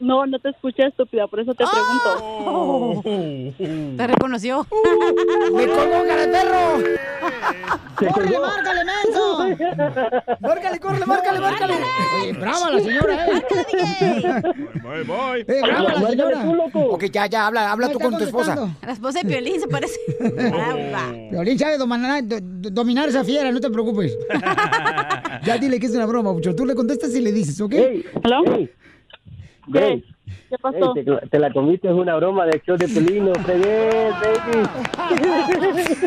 No, no te escuché, estúpida, por eso te Oh. pregunto. Te reconoció. Uh, ¡Me colgó, cara de perro! ¡Córrele, márcale, menso! ¡Márcale, córrele, márcale, márcale! Oye, brava la señora, ¿eh? Voy, voy. Eh, brava la Márcale señora. Ok, ya, ya, habla, habla tú con tu esposa. La esposa de Piolín se parece. Oh. Brava. Violín sabe dominar, do- do- dominar esa fiera, no te preocupes. ya dile que es una broma, Pucho. Tú le contestas y le dices, ¿ok? ¿Aló? ¿Qué? ¿Qué pasó? Ey, te, te la comiste, es una broma de show de pelino, fregué, baby.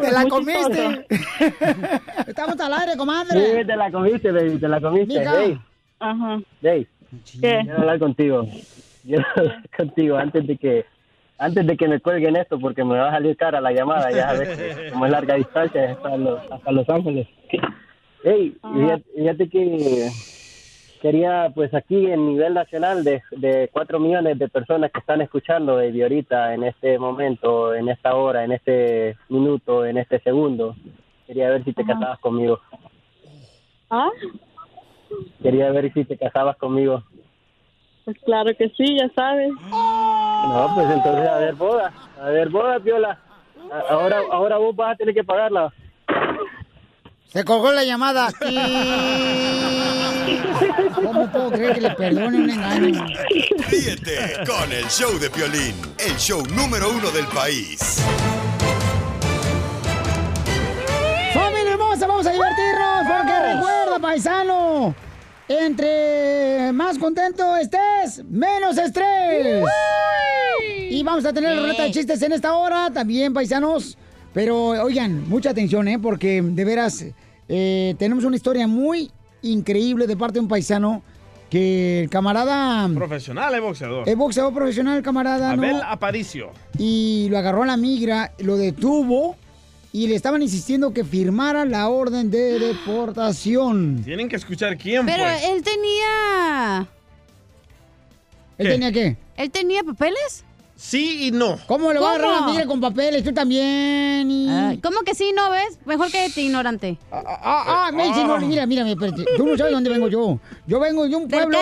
¡Te la comiste! Estamos al aire, Sí, comadre. te la comiste, baby, te la comiste. Mija. Hey, Ajá. hey, ¿Qué? quiero hablar contigo. Quiero hablar contigo antes de que antes de que me cuelguen esto porque me va a salir cara la llamada, ya sabes, que como es larga distancia hasta Los, hasta los Ángeles. Hey, fíjate, fíjate que quería, pues aquí en nivel nacional, de, de 4 millones de personas que están escuchando, baby, ahorita, en este momento, en esta hora, en este minuto, en este segundo, quería ver si te casabas conmigo. ¿Ah? Quería ver si te casabas conmigo. Pues claro que sí, ya sabes. No, pues entonces a ver boda, a ver boda, Viola. A- Ahora, ahora vos vas a tener que pagarla. Se colgó la llamada. ¿Cómo puedo creer que le perdone un engaño? Ríete con el show de Piolín, el show número uno del país. ¡Familia hermosa! ¡Vamos a divertirnos! Porque recuerda, paisano, entre más contento estés, menos estrés. Y vamos a tener la reta de chistes en esta hora también, paisanos. Pero oigan, mucha atención, ¿eh? Porque de veras eh, tenemos una historia muy increíble de parte de un paisano que el camarada. Profesional es boxeador. Es boxeador profesional, el camarada. ¿no? Abel Aparicio. y lo agarró a la migra, lo detuvo y le estaban insistiendo que firmara la orden de deportación. Tienen que escuchar quién Pero Pues. fue. él tenía. ¿Él tenía qué? ¿Él tenía papeles? Sí y no. ¿Cómo lo va a ¿Cómo? agarrar la migra con papeles? Tú también. y- Ay, ¿Cómo que sí, no ves? Mejor que te ignorante. Ah, ah, me dice, no, mira, mira, espérate. Tú no sabes dónde vengo yo. Yo vengo de un pueblo.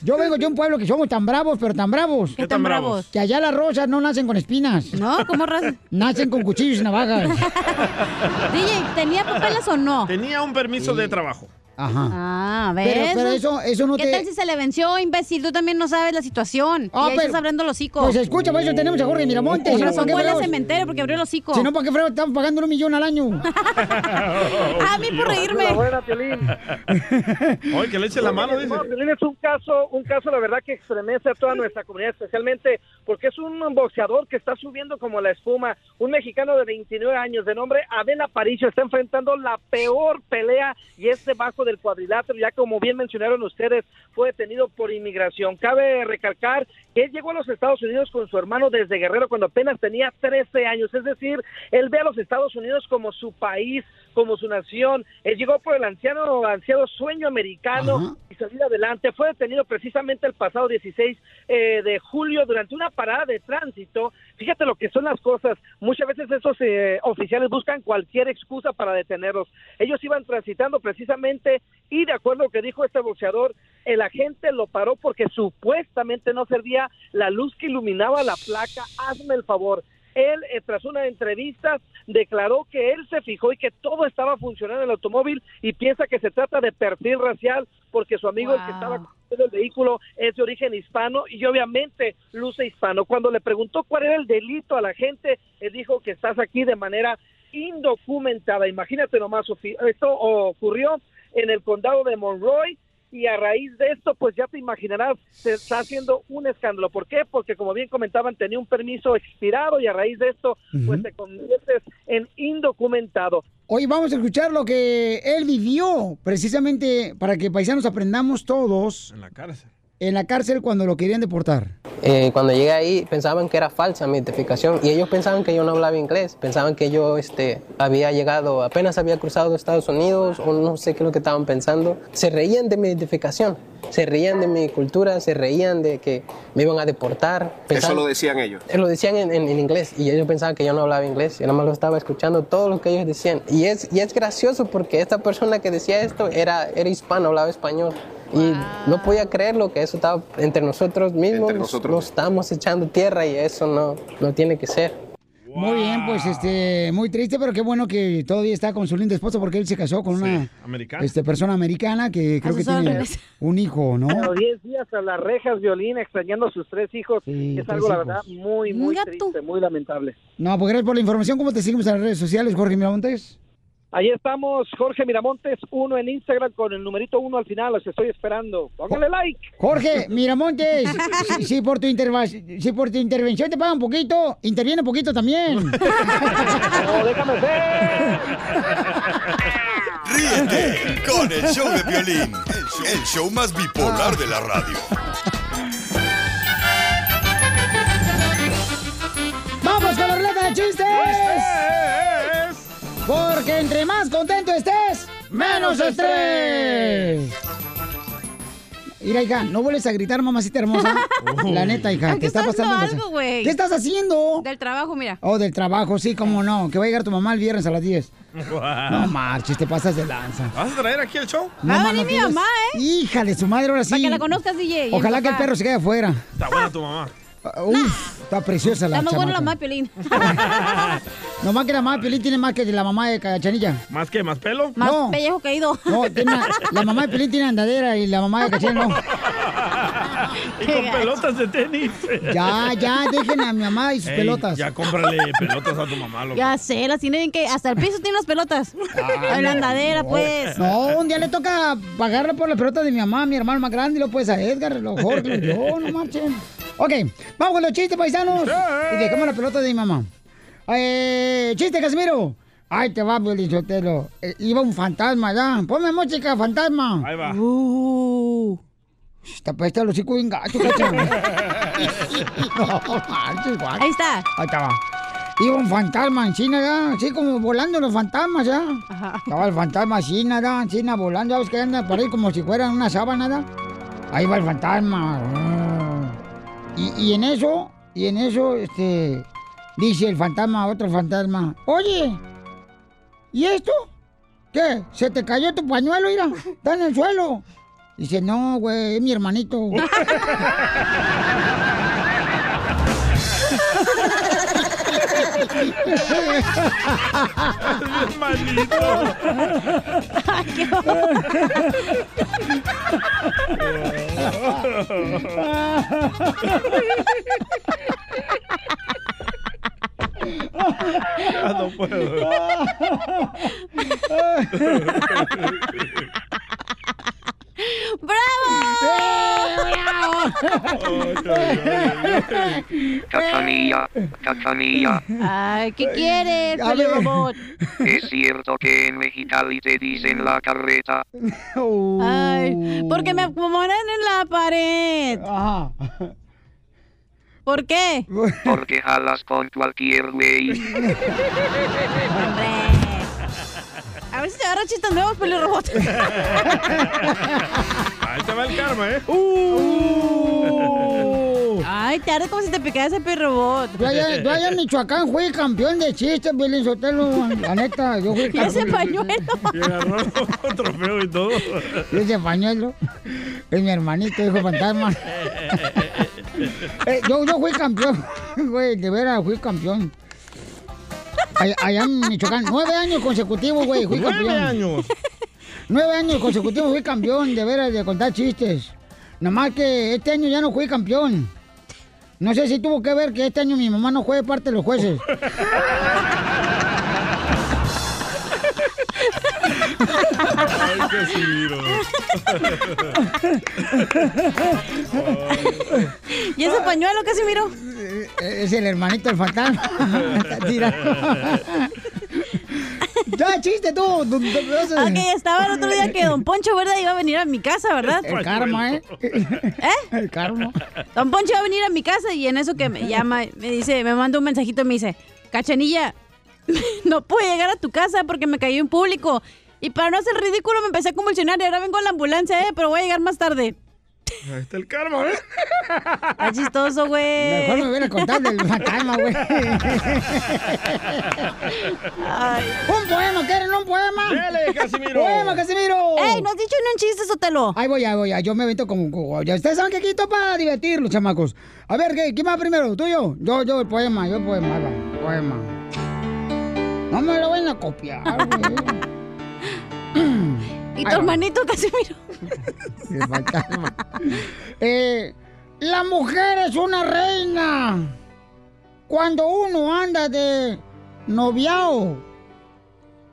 Yo vengo de un pueblo que somos tan bravos, pero tan bravos. ¿Qué tan bravos? Que allá las rosas no nacen con espinas. No, ¿cómo rosas? Nacen con cuchillos y navajas. DJ, ¿tenía papeles o no? Tenía un permiso de trabajo. Ajá. Ah, ¿ves? Pero- pero eso- eso no ¿Qué te- tal si se le venció, imbécil? Tú también no sabes la situación. Ah, y ahí pero- estás abriendo los hocicos. Pues escucha, para eso tenemos a Jorge Miramontes. Por si no, razón ¿para qué huele a fregados? cementerio porque abrió los hocicos. Si no, pues, ¿para qué fregados estamos pagando un millón al año? A mí por reírme. Oye, que le eche la mano, dice. No, Piolín, es un caso, un caso la verdad que estremece a toda nuestra comunidad, especialmente porque es un boxeador que está subiendo como la espuma. Un mexicano de 29 años de nombre Abel Aparicio está enfrentando la peor pelea y es debajo del cuadrilátero, ya como bien mencionaron ustedes, fue detenido por inmigración. Cabe recalcar que él llegó a los Estados Unidos con su hermano desde Guerrero cuando apenas tenía 13 años, es decir, él ve a los Estados Unidos como su país, como su nación. Él llegó por el anciano, ansiado sueño americano y salir adelante. Fue detenido precisamente el pasado 16 eh, de julio durante una parada de tránsito. Fíjate lo que son las cosas. Muchas veces esos eh, oficiales buscan cualquier excusa para detenerlos. Ellos iban transitando precisamente y de acuerdo a lo que dijo este boxeador, el agente lo paró porque supuestamente no servía la luz que iluminaba la placa. Hazme el favor. Él, eh, tras una entrevista, declaró que él se fijó y que todo estaba funcionando en el automóvil y piensa que se trata de perfil racial porque su amigo, el que estaba conduciendo el vehículo, es de origen hispano y obviamente luce hispano. Cuando le preguntó cuál era el delito a la gente, él dijo que estás aquí de manera indocumentada. Imagínate nomás, Sofía, esto ocurrió en el condado de Monroy, y a raíz de esto, pues ya te imaginarás, se está haciendo un escándalo. ¿Por qué? Porque como bien comentaban, tenía un permiso expirado y a raíz de esto, pues Ujú. te conviertes en indocumentado. Hoy vamos a escuchar lo que él vivió, precisamente para que paisanos aprendamos todos En la cárcel. en la cárcel cuando lo querían deportar. Eh, cuando llegué ahí pensaban que era falsa mi identificación y ellos pensaban que yo no hablaba inglés, pensaban que yo este, había llegado, apenas había cruzado Estados Unidos o no sé qué es lo que estaban pensando. Se reían de mi identificación, se reían de mi cultura, se reían de que me iban a deportar. pensaban- decían ellos. eh, Lo decían en, en- en inglés y ellos pensaban que yo no hablaba inglés. Yo nada más lo estaba escuchando todo lo que ellos decían. Y es, y es gracioso porque esta persona que decía esto era, era hispano, hablaba español. Y no podía creerlo que eso estaba entre nosotros mismos. Entre nosotros. Nos estamos echando tierra y eso no, no tiene que ser. Muy bien, pues este, muy triste, pero qué bueno que todavía está con su linda esposa porque él se casó con una americana. Este, persona americana que creo que sus tiene órdenes. un hijo, ¿no? Pero 10 días a las rejas, violín, extrañando a sus tres hijos. es algo, la tres verdad, muy, muy triste, muy lamentable. No, pues gracias por la información. ¿Cómo te seguimos en las redes sociales, Jorge Miramontes? Ahí estamos, Jorge Miramontes, uno en Instagram con el numerito uno al final, los estoy esperando. Póngale like. Jorge Miramontes, si, si por tu interva- si por tu intervención te pagan poquito, interviene poquito también. déjame ser. Ríete con el show de Piolín, el show, el show más bipolar de la radio. ¡Vamos con la ruleta de Pues, eh, chistes! Porque entre más contento estés, eh. menos estrés. Mira, hija, no vuelves a gritar, mamacita hermosa. La neta, hija, te Aunque está estás pasando haciendo cosa. algo, güey. ¿Qué estás haciendo? Del trabajo, mira. Oh, del trabajo, sí, cómo no. Que va a llegar tu mamá el viernes a las 10. No ¿Vas marches, te pasas de lanza. Ah, a traer aquí el show? No, mano, tienes- Hija de su madre, ahora sí. ¿eh? Para que la conozcas, DJ. y Ojalá mi que el papá. perro se quede afuera. Está buena tu mamá. Uf, está preciosa la Está más buena la chamaca. más, Piolín. Nomás que la mamá de Piolín tiene más que la mamá de Cachanilla. ¿Más qué? ¿Más pelo? Más pellejo caído. No, tiene una- la mamá de Pelín tiene andadera y la mamá de Cachanilla no. Y con pelotas de tenis. Ya, ya, dejen a mi mamá y sus Ey, pelotas. Ya cómprale pelotas a tu mamá, loco. Ya sé, las tienen que. Hasta el piso tiene las pelotas. en la andadera, pues. No, un día le toca pagarle por la pelota de mi mamá, mi hermano más grande, y lo pues a Edgar, lo Jorge, lo yo, no marchen. Ok, vamos con los chistes, paisanos. Y dejamos la pelota de mi mamá. Eh, chiste, Casimiro. Ay, te va, Piolín Sotelo. Eh, iba un fantasma ya. Ponme música, fantasma. Ahí va. Uh, te apesta el hocico bien gacho, cacha. no, manches, guacho. Ahí está. Ahí estaba. Iba un fantasma en China, ¿verdad? así como volando los fantasmas, ya. Estaba el fantasma así, nada, en China volando, ¿sabes qué? Anda por ahí como si fuera una sábana, ¿verdad? Ahí va el fantasma. Mm. Y, y en eso, y en eso, este, dice el fantasma a otro fantasma, oye, ¿y esto? ¿Qué? ¿Se te cayó tu pañuelo, mira? Está en el suelo. Dice, no, güey, es mi hermanito. Maldito. no puedo. Oh, Cachanilla, cachanilla. Ay, ¿qué quieres, A ver. pelirrobot? ¿Es cierto que en Mexicali te dicen la carreta? Ay, porque me acomodan en la pared. ¿Por qué? Porque jalas con cualquier güey. A ver si te agarra chistes nuevos, pelirrobot. Ahí te va el karma, ¿eh? Ay, te arde como si te picara ese perrobot. Yo allá, yo allá en Michoacán fui campeón de chistes, Piolín Sotelo. La neta, yo fui Y ese campeón. pañuelo. Y agarró un trofeo y todo. Y ese pañuelo es mi hermanito, hijo fantasma. Eh, yo, yo fui campeón, güey, de veras, fui campeón. Allá, allá en Michoacán, nueve años consecutivos, güey, fui Nueve campeón. años. Nueve años consecutivos fui campeón, de veras, de contar chistes. Nomás que este año ya no fui campeón. No sé si tuvo que ver que este año mi mamá no fue de parte de los jueces. Ay, Casimiro. ¿Y ese pañuelo, Casimiro? Eh, Es el hermanito del fantasma. Está tirado. Ya, chiste tú. Ok, estaba el otro día que Don Poncho, ¿verdad? Iba a venir a mi casa, ¿verdad? El karma, ¿eh? ¿Eh? El karma. Don Poncho iba a venir a mi casa y en eso que me llama, me dice, me manda un mensajito y me dice, Cachanilla, no pude llegar a tu casa porque me cayó en público. Y para no hacer ridículo me empecé a convulsionar y ahora vengo a la ambulancia, ¿eh? Pero voy a llegar más tarde. Ahí está el karma, ¿eh? Está chistoso, güey. Mejor me hubiera contado del fantasma, güey. Un poema, ¿quieren un poema? Dele, Casimiro. ¡Poema, Casimiro! ¡Ey, no has dicho ni un chiste, Sotelo! Ahí voy, ahí voy, ahí. yo me avento como un cubo. Ya Ustedes saben que aquí topa para divertirlos, chamacos. A ver, ¿qué- ¿quién va primero? ¿Tú yo? Yo, yo, el poema, yo el poema, ahí va, poema. No me lo van a copiar, güey. Y tu Ahí va. hermanito Casimiro. El fantasma. Eh, la mujer es una reina. Cuando uno anda de noviao.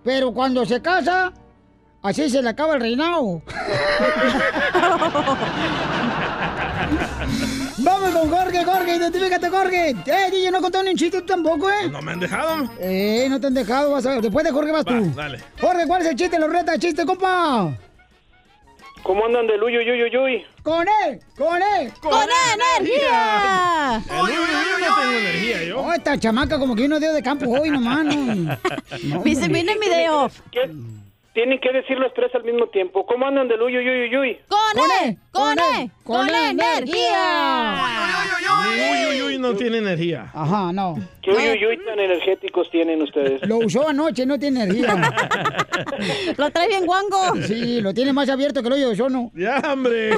Pero cuando se casa, así se le acaba el reinado. Vamos con Jorge, Jorge, identifícate, Jorge. Eh, DJ, no contaron ni un chiste tú tampoco, ¿eh? No me han dejado. Eh, no te han dejado, vas a ver. Después de Jorge vas Va, tú. dale. Jorge, ¿cuál es el chiste, Loreta? ¿Chiste, compa? ¿Cómo andan del uy, uy, uy, uy, uy? ¡Con él! ¡Con él! ¡Con energía! El uy, uy, uy, no tengo energía yo. Oh, esta chamaca como que uno dio de campo hoy nomás, ¿no? Dice, viene mi day off. Tienen que decir los tres al mismo tiempo. ¿Cómo andan del uy, uy, uy, uy, uy? ¡Con E! ¡Con E! ¡Con energía! Uy, uy, uy, no tiene energía. Ajá, no. ¿Qué uy, uy, uy tan energéticos tienen ustedes? Lo usó anoche, no tiene energía. lo trae bien guango. Sí, lo tiene más abierto que lo yo, yo no. ¡Ya, hombre!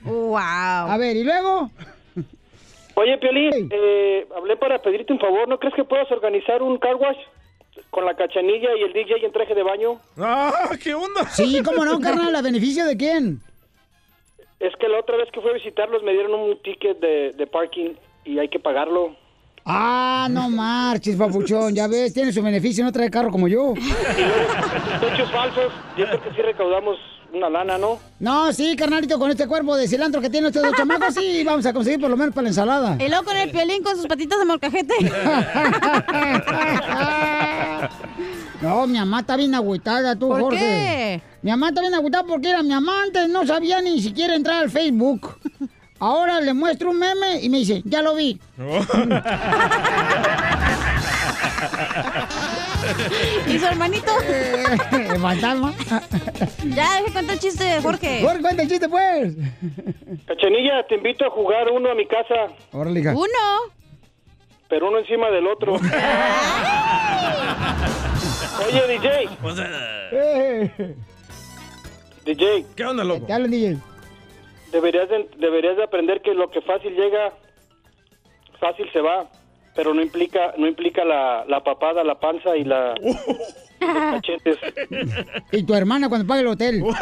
¡Wow! A ver, ¿y luego? Oye, Piolín, eh, hablé para pedirte un favor. ¿No crees que puedas organizar un car wash con la cachanilla y el DJ en traje de baño? ¡Ah, qué onda! Sí, cómo no, carnal, ¿a beneficio de quién? Es que la otra vez que fui a visitarlos me dieron un ticket de, de parking y hay que pagarlo. Ah, no marches, papuchón, ya ves, tiene su beneficio, no trae carro como yo. Hechos falsos. Yo creo que sí recaudamos una lana, ¿no? No, sí, carnalito, con este cuerpo de cilantro que tiene estos dos chamacos, sí, vamos a conseguir por lo menos para la ensalada. Y luego con el piolín con sus patitas de molcajete. Ah. No, mi mamá está bien agüitada, tú, ¿Por Jorge. qué? Mi mamá está bien agüitada porque era mi amante, no sabía ni siquiera entrar al Facebook. Ahora le muestro un meme y me dice, ya lo vi. ¿Y su hermanito? El fantasma. ya, deje cuenta el chiste de Jorge. Jorge, cuenta el chiste, pues. Cachanilla, te invito a jugar uno a mi casa, Órale, hija. Uno. pero uno encima del otro. Oye, DJ, Eh, DJ. ¿Qué onda, loco? Te hablan, DJ. Deberías de, deberías de aprender que lo que fácil llega, Uh. fácil se va. Pero no implica, no implica la, la papada, la panza y la... cachetes. Y tu hermana cuando pague el hotel.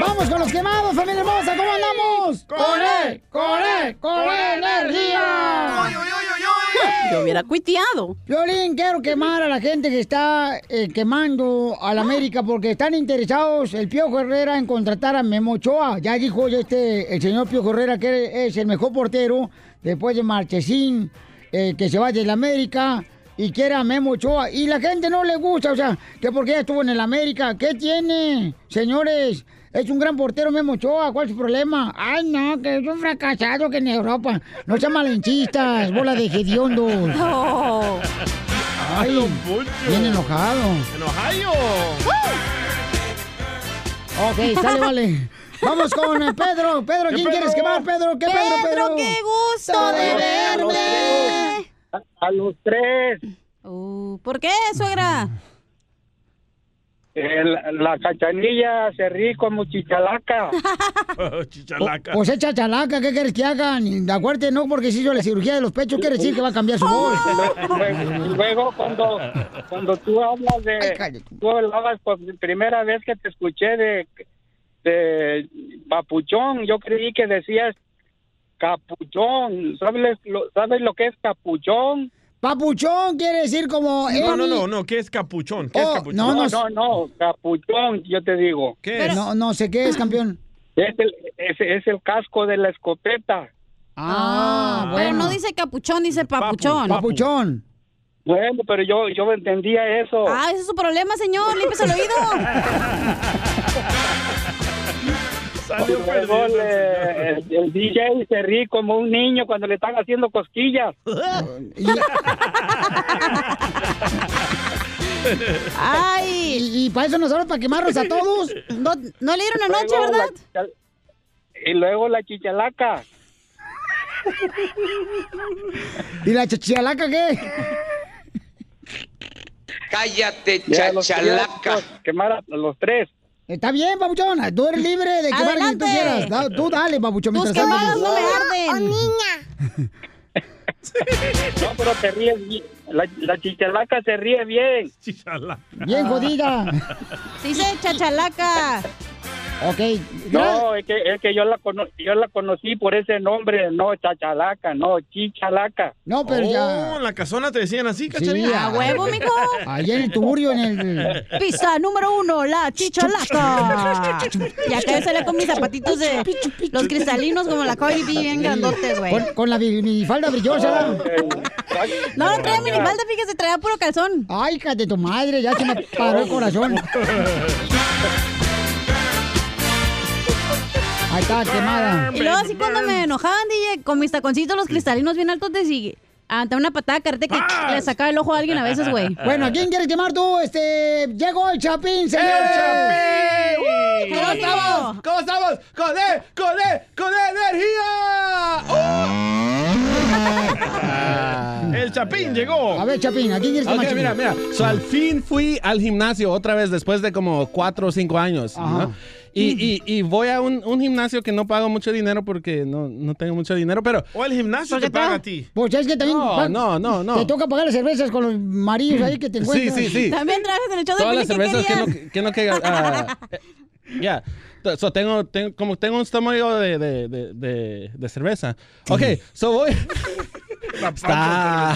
¡Vamos con los quemados, familia hermosa! ¿Cómo andamos? ¡Con él! ¡Con él! ¡Con energía! ¡Uy, Yo hubiera cuiteado. Violín, quiero quemar a la gente que está eh, quemando a la América porque están interesados el Piojo Herrera en contratar a Memo Ochoa. Ya dijo este, el señor Piojo Herrera que es el mejor portero después de Marchesín, eh, que se va del América y quiere a Memo Ochoa. Y la gente no le gusta, o sea, que porque ya estuvo en el América. ¿Qué tiene, señores? Es un gran portero Memo Ochoa, ¿cuál es su problema? Ay, no, que es un fracasado que en Europa. No sean malenchistas, bola de hediondos. Ay, bien enojado. ¡En Ohio! Ok, sale, vale. Vamos con eh, Pedro. Pedro, ¿Qué ¿quién Pedro? quieres quemar, Pedro? ¿Qué Pedro, Pedro? Pedro, qué gusto de verme. A los tres. Uh, ¿Por qué, suegra? Eh, la, la cachanilla se ríe como chichalaca. Chichalaca. Pues echa chalaca, ¿qué quieres que hagan? De acuerdo, no, porque si hizo la cirugía de los pechos, quiere decir que va a cambiar su voz. Oh. Luego, luego cuando, cuando tú hablas de... tú hablabas por primera vez que te escuché de, de papuchón, yo creí que decías capuchón. ¿Sabes lo, ¿Sabes lo que es capuchón? Papuchón quiere decir como... No, no, Emi. no, no, ¿qué es capuchón? ¿Qué Oh, es capuchón? no, no. No, no, capuchón, yo te digo. ¿Qué es? No, no sé qué es, campeón. Es el, es, es el casco de la escopeta. Ah, Pero no dice capuchón, dice papuchón. Papuchón. Bueno, pero yo, yo entendía eso. Ah, ese es su problema, señor. Límpese el oído. Y luego le- el, el DJ se ríe como un niño cuando le están haciendo cosquillas. Ay. ¿Y, para eso nos hablan para quemarnos a todos? No, no le dieron Luego anoche, la ¿verdad? chichal- y luego la chichalaca. ¿Y la chichalaca qué? Cállate, chachalaca. pues, Quemar a los tres. Está bien, papuchón. Tú eres libre de quemar a quien Adelante. tú quieras. Da- tú dale, papuchón. Tus Mientras pues. quemadas no me arden. No, pero te ríes bien. La, la chichalaca se ríe bien. Chichalaca. Bien jodida. Dice chachalaca. Ok. No, es que, es que yo, la cono- yo la conocí por ese nombre. No, chachalaca, no, chichalaca. No, pero ya. Oh, en la casona te decían así, cachanilla. Sí, a- Allá en el tuburio, en el... Pista número uno, la chichalaca. Y acá yo salía con mis zapatitos de los cristalinos como la Cardi B, bien grandotes, güey. Con, con la minifalda brillosa. No, no traía minifalda, fíjese, traía puro calzón. Ay, hija de tu madre, ya se me paró el corazón. Ahí está, quemada. Y luego así cuando me enojaban, DJ, con mis taconcitos los cristalinos bien altos de sigue. Ante una patada carrete que le sacaba el ojo a alguien a veces, güey. Bueno, ¿a quién quieres quemar tú? Este, llegó el Chapín, señor. Chapín! ¿Cómo estamos? ¿Cómo estamos? ¡Con él! ¡Con él! ¡Con energía! El Chapín llegó. A ver, Chapín, ¿a quién quieres Ok, quemar, mira, mira. So, al fin fui al gimnasio otra vez después de como cuatro o cinco años. ¿no? Y, y- y voy a un, un gimnasio que no pago mucho dinero porque no, no tengo mucho dinero, pero... O el gimnasio te paga a ti. Pues es que también. No, pa- no, no, no. Te toca pagar las cervezas con los maridos ahí que te Sí, encuentran. sí, sí. También trabajas en el Todas las cervezas que no... Que no que, ah, eh, ya. T- So, tengo, tengo- como tengo un estómago de, de- de- de- de cerveza. Ok, so voy... Está.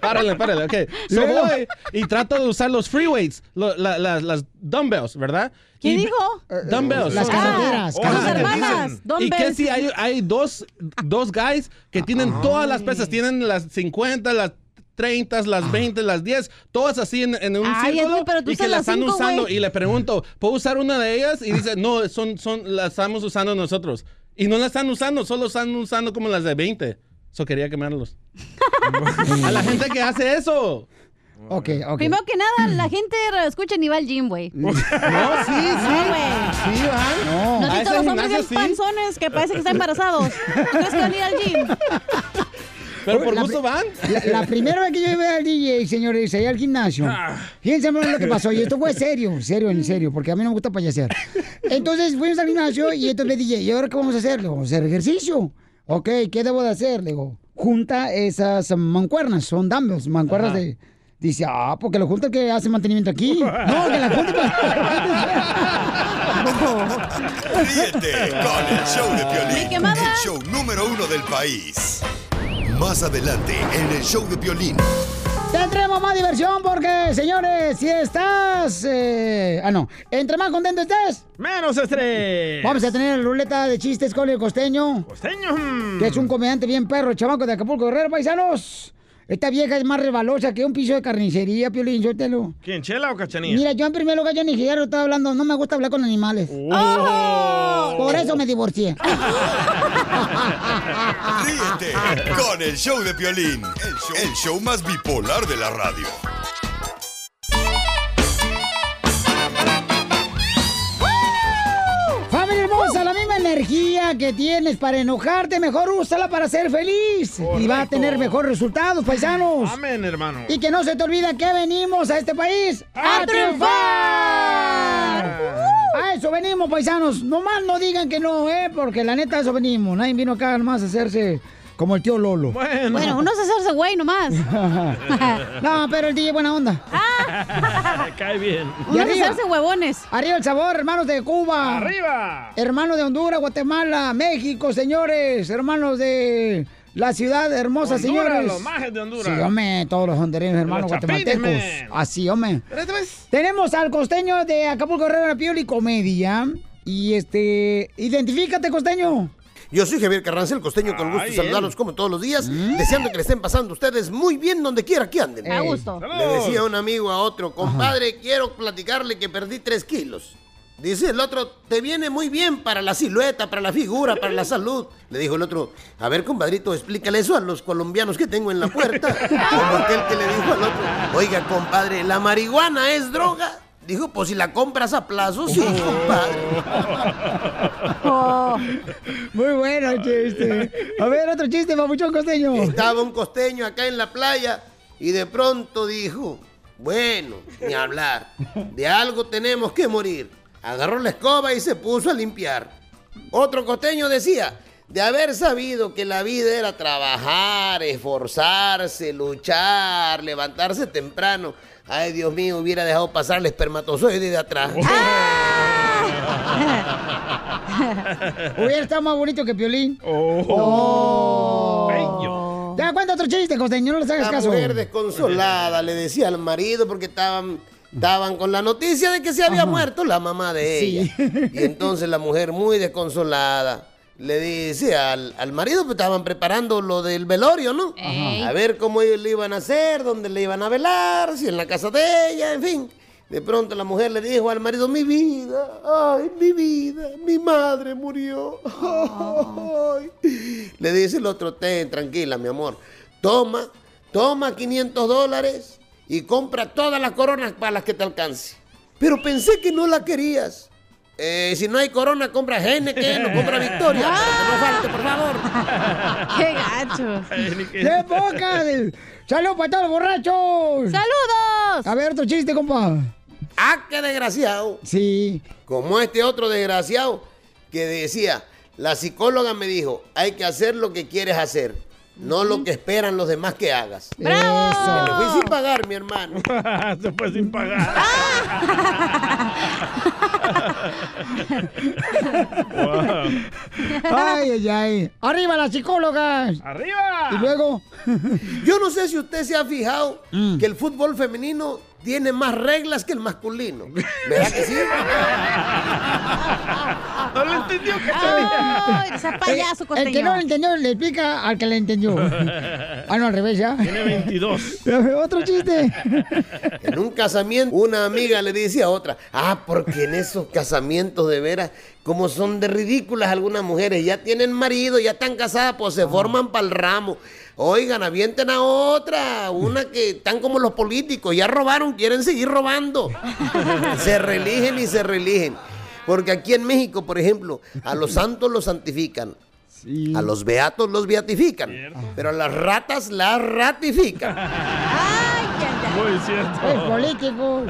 Párale, párale, ok. So Luego. voy y trato de usar los free weights, lo- la- las- las dumbbells, ¿verdad? ¿Qué Y- dijo? Dumbbells. Eh, Las Ah, carreteras, cajas sus que hermanas, dicen. ¿Y dumbbells. qué si hay, hay dos, dos guys Ah, que tienen todas las pesas? Tienen las 50, las 30, Ah. las 20, las 10, todas así en, en un Ay, círculo Edwin, pero tú y que usas las las están cinco, usando. güey. Y le pregunto, ¿puedo usar una de ellas? Y dice, no, son, son, las estamos usando nosotros. Y no las están usando, solo están usando como las de 20. Eso quería quemarlos. A la gente que hace eso. Ok, ok. Primero que nada, la gente escucha ni va al gym, güey. No, sí, sí. güey. Sí, van. No. A has visto ese los hombres bien gimnasio sí. panzones que parece que están embarazados? ¿Tú crees que van a ir al gym? Pero por La gusto pri- van. La, la primera vez que yo llevé al DJ, señores, ahí al gimnasio. Ah. Fíjense hermano, lo que pasó. Y esto fue serio, serio, en serio, porque a mí no me gusta payasear. Entonces fuimos al gimnasio y entonces le dije, ¿y ahora qué vamos a hacer? Le digo, vamos a hacer ejercicio. Ok, ¿qué debo de hacer? Le digo, junta esas mancuernas, son dumbbells, mancuernas Ajá. de... Dice, ah, porque lo junta el que hace mantenimiento aquí. No, que la junta Ríete con el show de Piolín, el show número uno del país. Más adelante en el show de Piolín. Tendremos más diversión porque, señores, si estás... eh, Ah, no. Entre más contento estés. Menos estrés. Vamos a tener ruleta de chistes con el costeño. Costeño. hmm. Que es un comediante bien perro, chamaco de Acapulco Guerrero, paisanos. Esta vieja es más rebalosa que un piso de carnicería, Piolín, yo te lo... ¿Quién, Chela o Cachanilla? Mira, yo en primer lugar, yo ni siquiera estaba hablando, no me gusta hablar con animales. Oh. Por eso me divorcié. Ríete con el show de Piolín, el show, el show más bipolar de la radio. Familia hermosa, la misma energía que tienes para enojarte, mejor úsala para ser feliz. Y va a tener mejores resultados, paisanos. Amén, hermano. Y que no se te olvide que venimos a este país ¡A triunfar. A eso venimos, paisanos. Nomás no digan que no, ¿eh? Porque la neta, a eso venimos. Nadie vino acá nomás a hacerse como el tío Lolo. Bueno, Bueno, uno se hace güey nomás. no, pero el DJ buena onda. Cae bien. Uno se hace huevones. Arriba el sabor, hermanos de Cuba. Arriba. Hermanos de Honduras, Guatemala, México, señores. Hermanos de la ciudad hermosa, Honduras, señores. los majes de Honduras. Sí, hombre, todos los hondureños, hermanos los chapines, guatemaltecos. Así, hombre. Tenemos al costeño de Acapulco Herrera la Pioli Comedia. Y este, identifícate, costeño. Yo soy Javier Carranza, el costeño, con gusto Ay, de saludarlos él. Mm. como todos los días, deseando que le estén pasando ustedes muy bien donde quiera que anden. A gusto. Le decía un amigo a otro, compadre, quiero platicarle que perdí tres kilos. Dice el otro, te viene muy bien para la silueta, para la figura, para la salud. Le dijo el otro, a ver, compadrito, explícale eso a los colombianos que tengo en la puerta. Como aquel que le dijo al otro, oiga, compadre, ¿la marihuana es droga? Dijo, pues si la compras a plazo, sí, Oh. compadre. Muy bueno el chiste. A ver, otro chiste, papuchón costeño. Estaba un costeño acá en la playa y de pronto dijo, bueno, ni hablar, de algo tenemos que morir. Agarró la escoba y se puso a limpiar. Otro costeño decía, de haber sabido que la vida era trabajar, esforzarse, luchar, levantarse temprano, ay Dios mío, hubiera dejado pasar el espermatozoide de atrás. Hubiera estado más bonito que Piolín. Oh. Ya, cuenta otro chiste, costeño, no les hagas La caso. mujer desconsolada le decía al marido porque estaban, estaban con la noticia de que se había muerto la mamá de Sí. ella. Y entonces la mujer muy desconsolada le dice al, al marido, pues estaban preparando lo del velorio, ¿no? Ey. A ver cómo ellos le iban a hacer, dónde le iban a velar, si en la casa de ella, en fin. De pronto la mujer le dijo al marido, mi vida, ay, mi vida, mi madre murió. Ay. Le dice el otro, ten, tranquila, mi amor. Toma, toma 500 dólares y compra todas las coronas para las que te alcance. Pero pensé que no la querías. Eh, si no hay corona, compra Heineken o compra Victoria. para que no falte, por favor. ¡Qué gacho! ¡Qué poca! ¡Saludos para todos los borrachos! ¡Saludos! A ver, otro chiste, compa. ¡Ah, qué desgraciado! Sí. Como este otro desgraciado que decía, la psicóloga me dijo, hay que hacer lo que quieres hacer, no lo que esperan los demás que hagas. ¡Bravo! Me lo fui sin pagar, mi hermano. Se fue sin pagar. Ay, ay, ay. ¡Arriba las psicólogas! ¡Arriba! Y luego. Yo no sé si usted se ha fijado que el fútbol femenino tiene más reglas que el masculino. ¿Verdad que sí? No lo entendió, Ay, ese payaso Eh, El- el, que costeño. no lo entendió le explica al que le entendió. Ah, no, al revés, ya. Tiene 22. Otro chiste. En un casamiento, una amiga le dice a otra, ah, porque en esos casamientos de veras, como son de ridículas algunas mujeres, ya tienen marido, ya están casadas, pues Ah. se forman para el ramo. Oigan, avienten a otra, una que están como los políticos, ya robaron, quieren seguir robando. Se religen y se religen. Porque aquí en México, por ejemplo, a los santos los santifican. A los beatos los beatifican, pero a las ratas las ratifican. Muy cierto. Es político.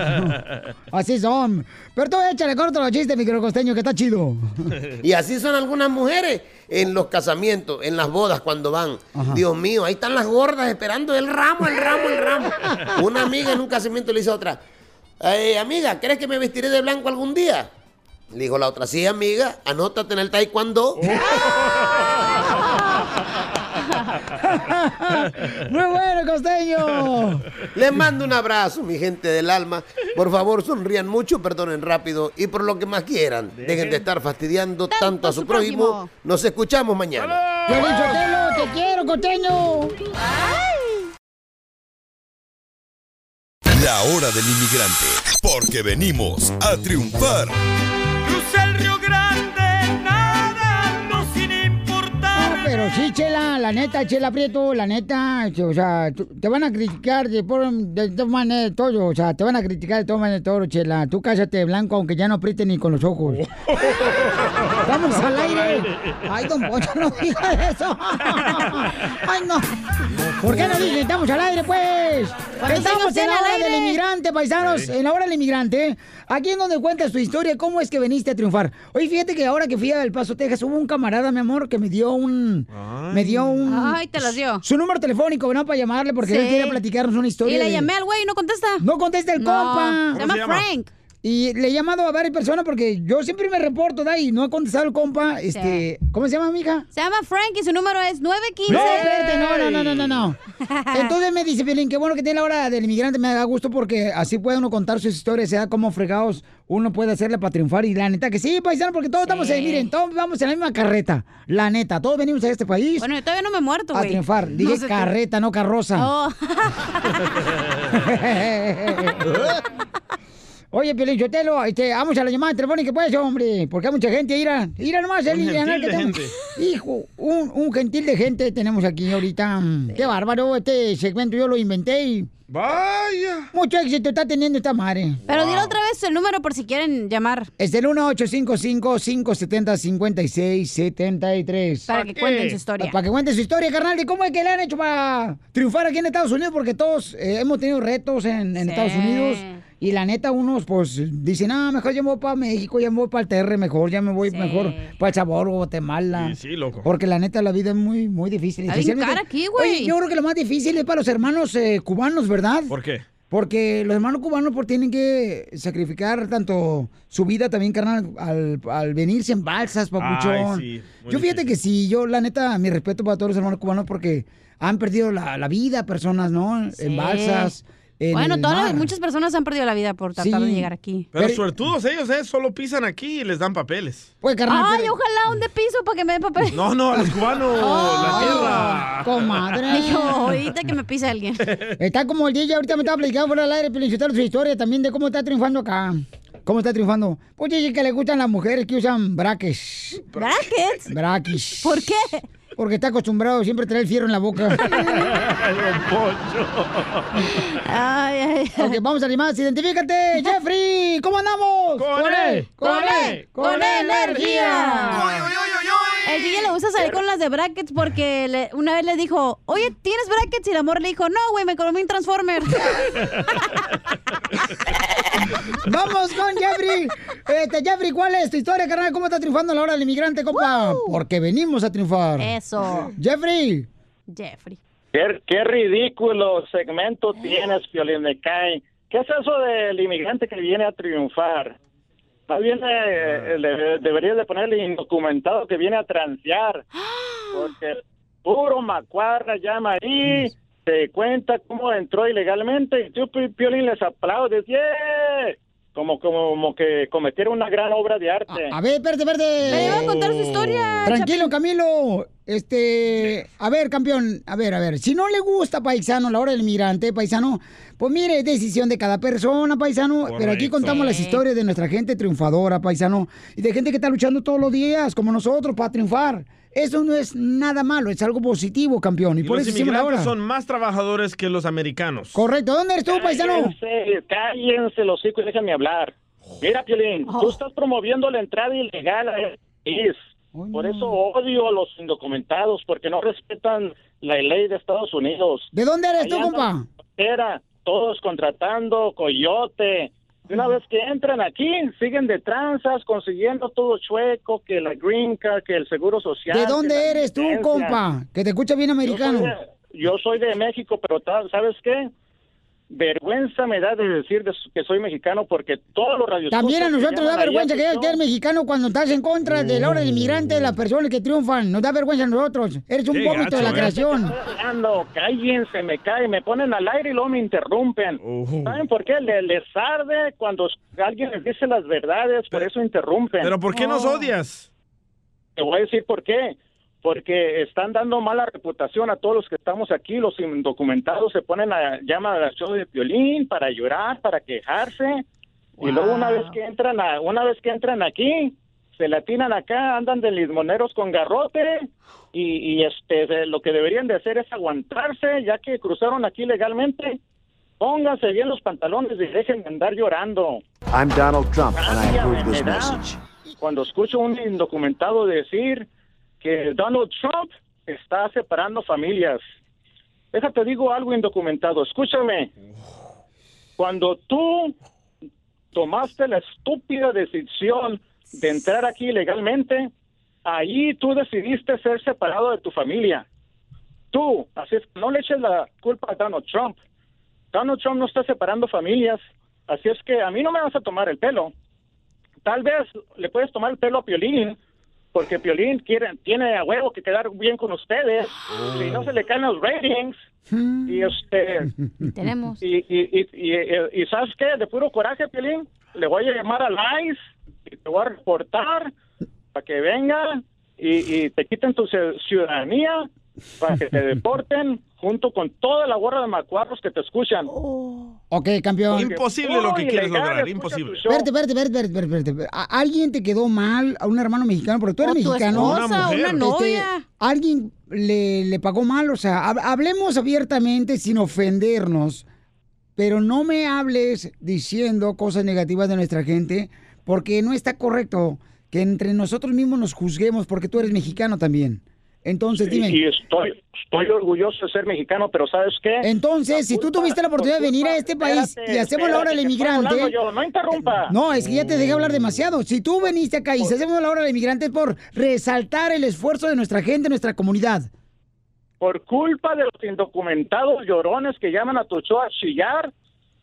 Así son. Pero tú échale corto los chistes, microcosteño, que está chido. Y así son algunas mujeres en los casamientos, en las bodas cuando van. Dios mío, ahí están las gordas esperando el ramo, el ramo, el ramo. Una amiga en un casamiento le dice a otra, "Eh, amiga, ¿crees que me vestiré de blanco algún día? Le dijo la otra, sí, amiga, anótate en el taekwondo. Muy bueno, costeño. Les mando un abrazo, mi gente del alma. Por favor, sonrían mucho, perdonen rápido y por lo que más quieran. Dejen de estar fastidiando tanto a su prójimo. prójimo. Nos escuchamos mañana. Yo te quiero, costeño. La hora del inmigrante. Porque venimos a triunfar. Cruza el Río Grande nadando sin importar. Ah, Pero sí, Chela, la neta, Chela Prieto, la neta, este, o sea, tú- te van a criticar de, por, de, todas maneras, de todo, o sea, te van a criticar de todas maneras de todo, Chela. Tú cállate de blanco, aunque ya no apriete ni con los ojos. ¡Vamos al aire! ¡Ay, don Poncho, no diga eso! ¡Ay, no! ¿Por qué no dije? ¡Estamos al aire, pues! Cuando Estamos salga usted en la al hora aire. del inmigrante, paisanos, en la hora del inmigrante. Aquí es donde cuentas tu historia, cómo es que viniste a triunfar. Oye, fíjate que ahora que fui a El Paso, Texas, hubo un camarada, mi amor, que me dio un... Me dio un... Ay, te las dio. Su, número telefónico, ¿no? Para llamarle, porque Sí. él quiere platicarnos una historia. Y le de- llamé al güey y no contesta. No contesta el No. compa. Se ¿Cómo llama se llama? Frank. Y le he llamado a varias personas porque yo siempre me reporto, da, y no ha contestado el compa. Este, ¿Cómo se llama, mija? Se llama Frank y su número es 915. No, espérate, no, no, no, no, no, no. Entonces me dice, Piolín, qué bueno que tiene la hora del inmigrante, me da gusto porque así puede uno contar sus historias, sea como fregados uno puede hacerle para triunfar. Y la neta que sí, paisano, porque todos estamos en, miren, todos vamos en la misma carreta. La neta, todos venimos a este país. Bueno, yo todavía no me he muerto, a güey. triunfar. No Dije sé tú. carreta, no carroza. Oh. Oye, Piolín Chotelo, este, vamos a la llamada telefónica, pues, hombre, porque hay mucha gente, Ira. Ira nomás, el Un lineal gentil que de tenemos. Hijo, un, un gentil de gente tenemos aquí ahorita. Qué bárbaro, este segmento yo lo inventé y... ¡Vaya! Mucho éxito está teniendo esta madre. Pero dile otra vez el número por si quieren llamar. Es el 1-855-570-5673. Para que ¿Para cuenten qué? su historia. Para que cuenten su historia, carnal. ¿Y cómo es que le han hecho para triunfar aquí en Estados Unidos? Porque todos eh, hemos tenido retos en, en Sí. Estados Unidos. Y la neta, unos pues dicen, ah, mejor ya me voy para México, ya me voy para el TR, mejor, ya me voy mejor para El Salvador o Guatemala. Sí, sí, loco. Porque la neta, la vida es muy, muy difícil. Está bien Especialmente- cara aquí, güey. Oye, Yo creo que lo más difícil es para los hermanos eh, cubanos, ¿verdad? ¿Por qué? Porque los hermanos cubanos pues, tienen que sacrificar tanto su vida también, carnal, al, al venirse en balsas, papuchón. sí, muy yo fíjate que sí, yo la neta, mi respeto para todos los hermanos cubanos porque han perdido la, la vida personas, ¿no? En balsas. en bueno, el todas las- mar. muchas personas han perdido la vida por tratar de Sí. llegar aquí. Pero, suertudos ellos, ¿eh? Solo pisan aquí y les dan papeles. Pues, carnal, Ay, pero- ojalá un de piso para que me den papel. Oh. No, no, a los cubanos, la tierra. comadre. Dijo, ahorita que me pise alguien. Está como el DJ, ahorita me estaba platicando fuera del aire, felicitar su historia también de cómo está triunfando acá. ¿Cómo está triunfando? Pues dice que le gustan las mujeres que usan braques. ¿Brackets? Braquis. ¿Por qué? Porque está acostumbrado siempre a tener el fierro en la boca. ay, ay, Ok, vamos a animar. ¡Identifícate, Jeffrey! ¿Cómo andamos? ¡Con E, E, él, con él, con energía. El DJ le gusta salir con las de brackets porque le- una vez le dijo, oye, ¿tienes brackets? Y el amor le dijo, no, güey, me comí un transformer. ¡Vamos con Jeffrey! Este, Jeffrey, ¿cuál es tu historia, carnal? ¿Cómo está triunfando la hora del inmigrante, compa? Porque venimos a triunfar. Eso. Jeffrey. Jeffrey. Qué, qué ridículo segmento tienes, Piolín, me cae. ¿Qué es eso del inmigrante que viene a triunfar? Más bien Ah. eh, le- deberías de ponerle indocumentado que viene a transear. Porque puro macuarra llama ahí, te cuenta cómo entró ilegalmente y tú, Pi- Piolín, les aplaudes. ¡Yeah! Como, como, como que cometieron una gran obra de arte. A ver, espérate, espérate. Pero iba a contar su historia, Tranquilo, Camilo. Este, a ver, campeón, a ver, a ver. Si no le gusta, paisano, la hora del migrante, paisano, pues mire, es decisión de cada persona, paisano. Pero Correcto. aquí contamos las Sí. historias de nuestra gente triunfadora, paisano. Y de gente que está luchando todos los días, como nosotros, para triunfar. Eso no es nada malo, es algo positivo, campeón. Y, Y por los eso hicimos la inmigrantes hora. son más trabajadores que los americanos. Correcto. ¿Dónde eres tú, paisano? Cállense, cállense los Oh. hijos y déjenme hablar. Mira, Piolín, tú estás promoviendo la entrada ilegal a este país. Por eso odio a los indocumentados, porque no respetan la ley de Estados Unidos. ¿De dónde eres tú, Allá en la compa? frontera, todos contratando coyote. Y Una vez que entran aquí, siguen de tranzas, consiguiendo todo chueco, que la green card, que el seguro social. ¿De que la dónde eres tú, licencia. compa? Que te escucha bien americano. Yo soy de, yo soy de México, pero ta- ¿sabes qué? Vergüenza me da de decir de- que soy mexicano porque todos los radios. También a nosotros da vergüenza que eres mexicano cuando estás en contra de la hora del inmigrante, de las personas que triunfan. Nos da vergüenza a nosotros. Eres un Qué vómito gacho, de la ¿eh? creación. Ando, cállense, me caen, me ponen al aire y luego me interrumpen. Oh. ¿Saben por qué? Le- les arde cuando alguien les dice las verdades, por eso interrumpen. Pero ¿por qué nos odias? Te voy a decir por qué. Porque están dando mala reputación a todos los que estamos aquí. Los indocumentados se ponen a llama al show de violín para llorar, para quejarse. Y luego una vez que entran a, una vez que entran aquí, se latinan acá, andan de limoneros con garrote y, y, este de- lo que deberían de hacer es aguantarse, ya que cruzaron aquí legalmente. Pónganse bien los pantalones y dejen de andar llorando. I'm Donald Trump, and I approve Me this da message. Cuando escucho a un indocumentado decir que Donald Trump está separando familias. Déjate digo algo indocumentado, escúchame. Cuando tú tomaste la estúpida decisión de entrar aquí ilegalmente, ahí tú decidiste ser separado de tu familia. Tú, así es, no le eches la culpa a Donald Trump. Donald Trump no está separando familias, así es que a mí no me vas a tomar el pelo. Tal vez le puedes tomar el pelo a Piolín, porque Piolín quiere, tiene a huevo que quedar bien con ustedes, si no se le caen los ratings. Y este. Tenemos. Y, y, y, y, y- y ¿sabes qué? De puro coraje, Piolín, le voy a llamar a ICE y te voy a reportar para que venga y, y te quiten tu ci- ciudadanía, para que te deporten junto con toda la gorra de macuarros que te escuchan. Ok, campeón. Imposible lo que Uy, quieres legal, lograr, escucha imposible. tu show. Espérate, espérate, espérate, espérate, espérate, espérate. ¿A- ¿Alguien te quedó mal a un hermano mexicano? Porque tú O eres tu mexicano. Este, esposa, Una mujer. una novia. ¿Alguien le, le pagó mal? O sea, hab- hablemos abiertamente sin ofendernos, pero no me hables diciendo cosas negativas de nuestra gente, porque no está correcto que entre nosotros mismos nos juzguemos, porque tú eres mexicano también. Entonces, Y, dime. y estoy, estoy orgulloso de ser mexicano, pero ¿sabes qué? Entonces, si tú tuviste la oportunidad de venir a este país espérate, y hacemos la hora del espérate, que estoy inmigrante. hablando yo, no interrumpa. No, es que ya te dejé hablar demasiado. Si tú veniste acá y si hacemos la hora del inmigrante es por resaltar el esfuerzo de nuestra gente, nuestra comunidad. Por culpa de los indocumentados llorones que llaman a tu show a chillar,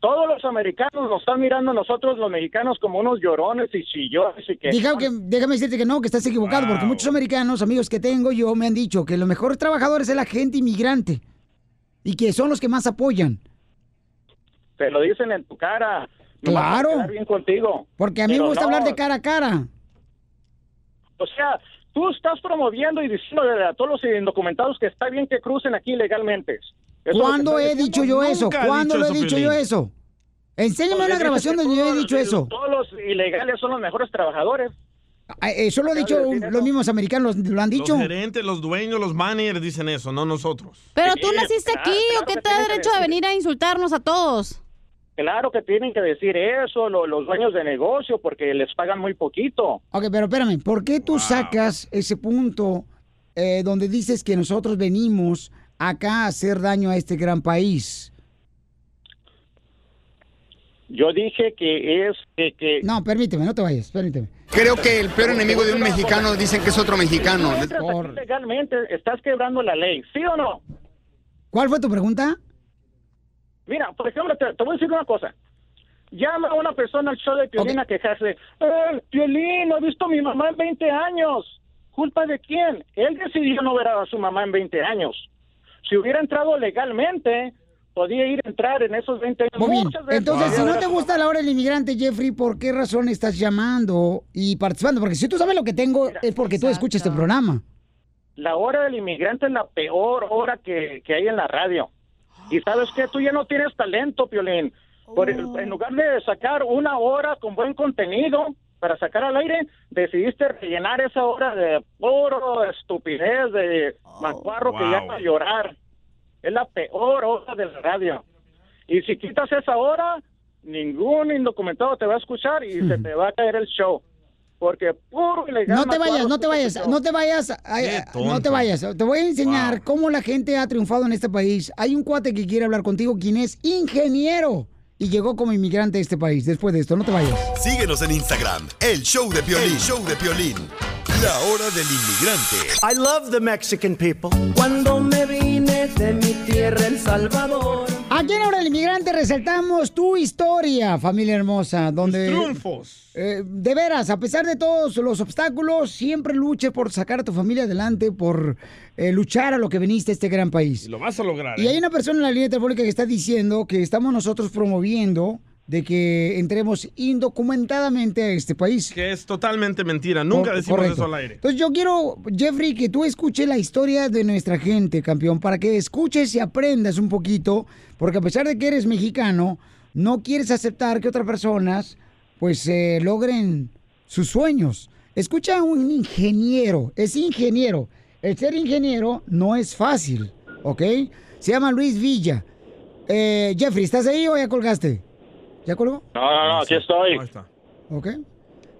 todos los americanos nos están mirando a nosotros los mexicanos como unos llorones y chillones y que... Diga que- déjame decirte que no, que estás equivocado, porque muchos americanos, amigos que tengo yo, me han dicho que los mejores trabajadores es la gente inmigrante y que son los que más apoyan. Te lo dicen en tu cara. Nomás para Claro. quedar bien contigo. Porque a mí me Pero gusta no, hablar de cara a cara. O sea, tú estás promoviendo y diciéndole a todos los indocumentados que está bien que crucen aquí ilegalmente. ¿Cuándo he dicho yo eso? ¿Cuándo lo he dicho yo eso? Pues Enséñame una grabación donde yo he dicho eso. eh, Todos los ilegales son los mejores trabajadores. Ah, Eso lo han dicho los mismos americanos, lo han dicho. Los gerentes, los dueños, los managers dicen eso, no nosotros. Pero tú naciste aquí, ¿o qué te da derecho de venir a insultarnos a todos? Claro que tienen que decir eso lo- los dueños de negocio porque les pagan muy poquito. Ok, pero espérame, ¿por qué tú sacas ese punto eh, donde dices que nosotros venimos acá a hacer daño a este gran país? Yo dije que es que... que No, permíteme, no te vayas, permíteme. Creo que el peor enemigo de un mexicano dicen que es otro mexicano. Si entras aquí legalmente estás quebrando la ley, ¿sí o no? ¿Cuál fue tu pregunta? Mira, por ejemplo, te, te voy a decir una cosa. Llama a una persona al show de Piolín a quejarse. Eh, Piolín, no he visto a mi mamá en 20 años. ¿Culpa de quién? Él decidió no ver a su mamá en 20 años. Si hubiera entrado legalmente, podía ir a entrar en esos 20 años. Muy bien. Muchas veces Entonces, podía si ver no a te su gusta la hora del inmigrante, Jeffrey, ¿por qué razón estás llamando y participando? Porque si tú sabes lo que tengo, es porque tú escuchas este programa. La hora del inmigrante es la peor hora que, que hay en la radio. Y sabes que tú ya no tienes talento, Piolín. Por- Oh. En lugar de sacar una hora con buen contenido para sacar al aire, decidiste rellenar esa hora de puro estupidez, de Oh, macuarro que wow. ya para llorar. Es la peor hora de la radio. Y si quitas esa hora, ningún indocumentado te va a escuchar y se te va a caer el show. Porque puro ilegal. No te Macuarro vayas, no te se vayas, metió. no te vayas, ay, Qué ay, no te tonto. vayas. Te voy a enseñar cómo la gente ha triunfado en este país. Hay un cuate que quiere hablar contigo, quien es ingeniero y llegó como inmigrante a este país. Después de esto, no te vayas. Síguenos en Instagram, el show de Piolín. El show de Piolín. La hora del inmigrante. I love the Mexican people. Cuando me vine de mi tierra, El Salvador. Aquí en Ahora el Inmigrante resaltamos tu historia, familia hermosa, donde... triunfos. Eh, de veras, a pesar de todos los obstáculos, siempre luche por sacar a tu familia adelante, por eh, luchar a lo que viniste a este gran país. Lo vas a lograr. Y ¿eh? hay una persona en la línea telefónica que está diciendo que estamos nosotros promoviendo de que entremos indocumentadamente a este país. Que es totalmente mentira. Nunca Cor- decimos correcto. eso al aire. Entonces yo quiero, Jeffrey, que tú escuches la historia de nuestra gente, campeón, para que escuches y aprendas un poquito, porque a pesar de que eres mexicano, no quieres aceptar que otras personas pues eh, logren sus sueños. Escucha a un ingeniero, es ingeniero. El ser ingeniero no es fácil, ¿ok? Se llama Luis Villa. Eh, Jeffrey, ¿estás ahí o ya colgaste? ¿Ya colgó? No, no, no, aquí estoy. ¿Ok?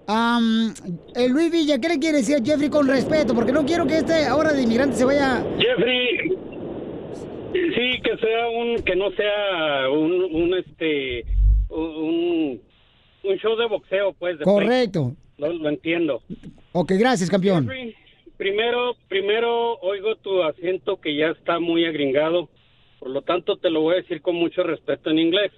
Am, eh, Luis Villa, ¿qué le quiere decir a Jeffrey con respeto? Porque no quiero que esta hora de inmigrante se vaya... Jeffrey, sí, que sea un, que no sea un, un este, un, un show de boxeo, pues. de Correcto. play. Lo, lo entiendo. Ok, gracias, campeón. Jeffrey, primero, primero oigo tu acento que ya está muy agringado, por lo tanto te lo voy a decir con mucho respeto en inglés.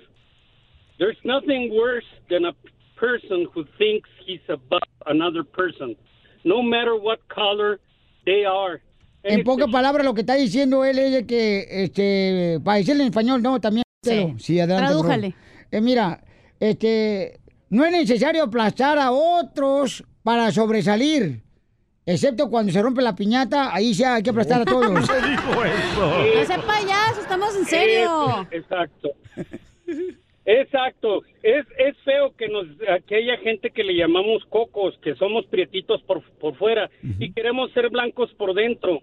There's nothing worse than a person who thinks he's above another person, no matter what color they are. En pocas palabras, lo que está diciendo él es de que, este, para decirle en español, no, también... Sí, adelante. por favor. Tradújale. Eh, mira, este, no es necesario aplastar a otros para sobresalir. Excepto cuando se rompe la piñata, ahí sí hay que aplastar a todos. No seas payaso, estamos en serio. Eh, exacto. Exacto. Es, es feo que nos que haya gente que le llamamos cocos, que somos prietitos por, por fuera y queremos ser blancos por dentro.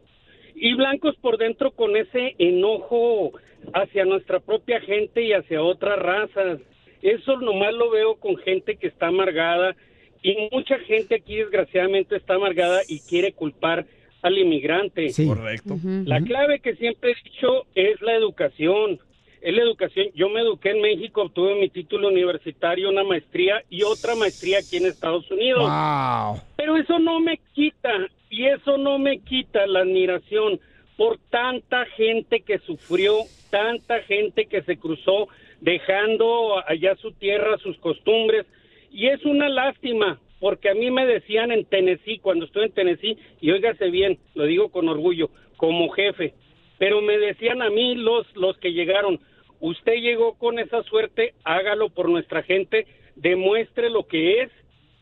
Y blancos por dentro con ese enojo hacia nuestra propia gente y hacia otras razas. Eso nomás lo veo con gente que está amargada y mucha gente aquí desgraciadamente está amargada y quiere culpar al inmigrante. Sí. Correcto. Ujú. La clave que siempre he dicho es la educación. Es la educación. Yo me eduqué en México, obtuve mi título universitario, una maestría y otra maestría aquí en Estados Unidos. Pero eso no me quita, y eso no me quita la admiración por tanta gente que sufrió, tanta gente que se cruzó dejando allá su tierra, sus costumbres, y es una lástima, porque a mí me decían en Tennessee, cuando estuve en Tennessee, y óigase bien, lo digo con orgullo, como jefe, pero me decían a mí los, los que llegaron, usted llegó con esa suerte, hágalo por nuestra gente, demuestre lo que es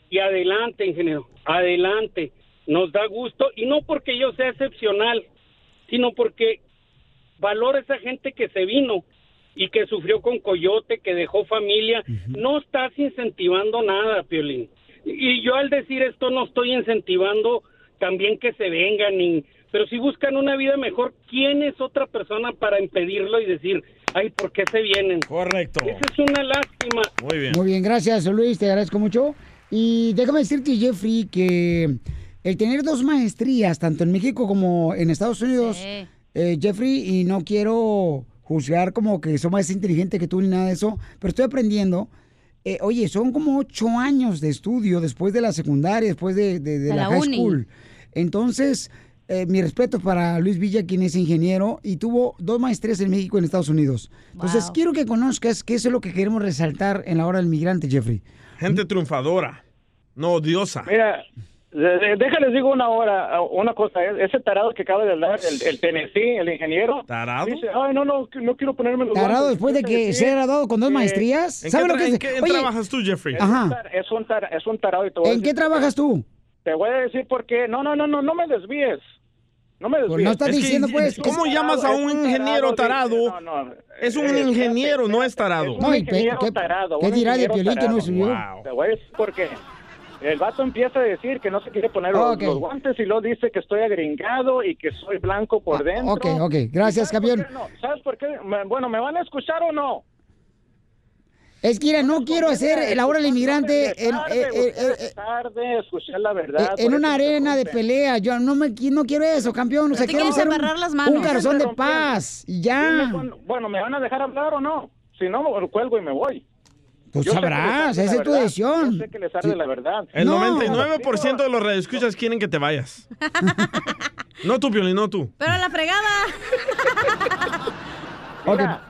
y adelante, ingeniero, adelante. Nos da gusto y no porque yo sea excepcional, sino porque valora esa gente que se vino y que sufrió con coyote, que dejó familia. No estás incentivando nada, Piolín. Y yo al decir esto no estoy incentivando también que se vengan, ni- pero si buscan una vida mejor, ¿quién es otra persona para impedirlo y decir, ay, ¿por qué se vienen? Correcto. Esa es una lástima. Muy bien. Muy bien, gracias Luis, te agradezco mucho. Y déjame decirte, Jeffrey, que el tener dos maestrías, tanto en México como en Estados Unidos, Sí. eh, Jeffrey, y no quiero juzgar como que soy más inteligente que tú ni nada de eso, pero estoy aprendiendo. Eh, oye, son como ocho años de estudio después de la secundaria, después de, de- de De la, la high uni. school. Entonces, eh, mi respeto para Luis Villa, quien es ingeniero y tuvo dos maestrías en México y en Estados Unidos. Entonces, Wow. quiero que conozcas que eso es lo que queremos resaltar en la hora del migrante, Jeffrey. Gente triunfadora. No odiosa. Mira, De- de- Déjales digo una hora, una cosa, e- ese tarado que acaba de hablar, el, el Tennessee, el ingeniero. ¿Tarado? Dice, ay, no, no, que- no quiero ponerme los Tarado guantes". después de que Tennessee, se ha graduado con dos eh, maestrías. ¿Sabe lo que es? Oye, tú, Jeffrey? Es, Ajá. un, tar- es, un tar- es un tarado y te voy a ¿En decir- qué trabajas tú? Te voy a decir por qué. No, no, no, no, no me desvíes. No me desvíes. Pues no estás Es que, diciendo, pues, ¿cómo llamas a Es un ingeniero tarado, dice, tarado? no, no, Es un eh, ingeniero, no es tarado. un ingeniero tarado, qué un dirá de ingeniero Piolín que no tarado. subió? Wow. Te voy a decir por qué. El vato empieza a decir que no se quiere poner los- Ok. los, guantes y luego dice que estoy agringado y que soy blanco por dentro. Ah, Ok, ok. Gracias, campeón. ¿Sabes por qué? Me- Bueno, ¿me van a escuchar o no? Es que, mira, no quiero hacer la hora del inmigrante en, eh, eh, eh, Es tarde, escuchar la verdad. en por una eso te arena de preocupes. pelea. Yo no me qui- no quiero eso, campeón. O sea, te quiero quieres ser un, amarrar las manos. un garzón de Dime paz. Y Dime ya. cuándo- bueno, ¿me van a dejar hablar o no? Si no, me cuelgo y me voy. Pues Yo sé que les sabrás, arde la esa es tu verdad, decisión. Yo sé que les arde la verdad. El 99% de los radioescuchas quieren que te vayas. No tú, Piolín, no tú. Pero a la fregada. Mira,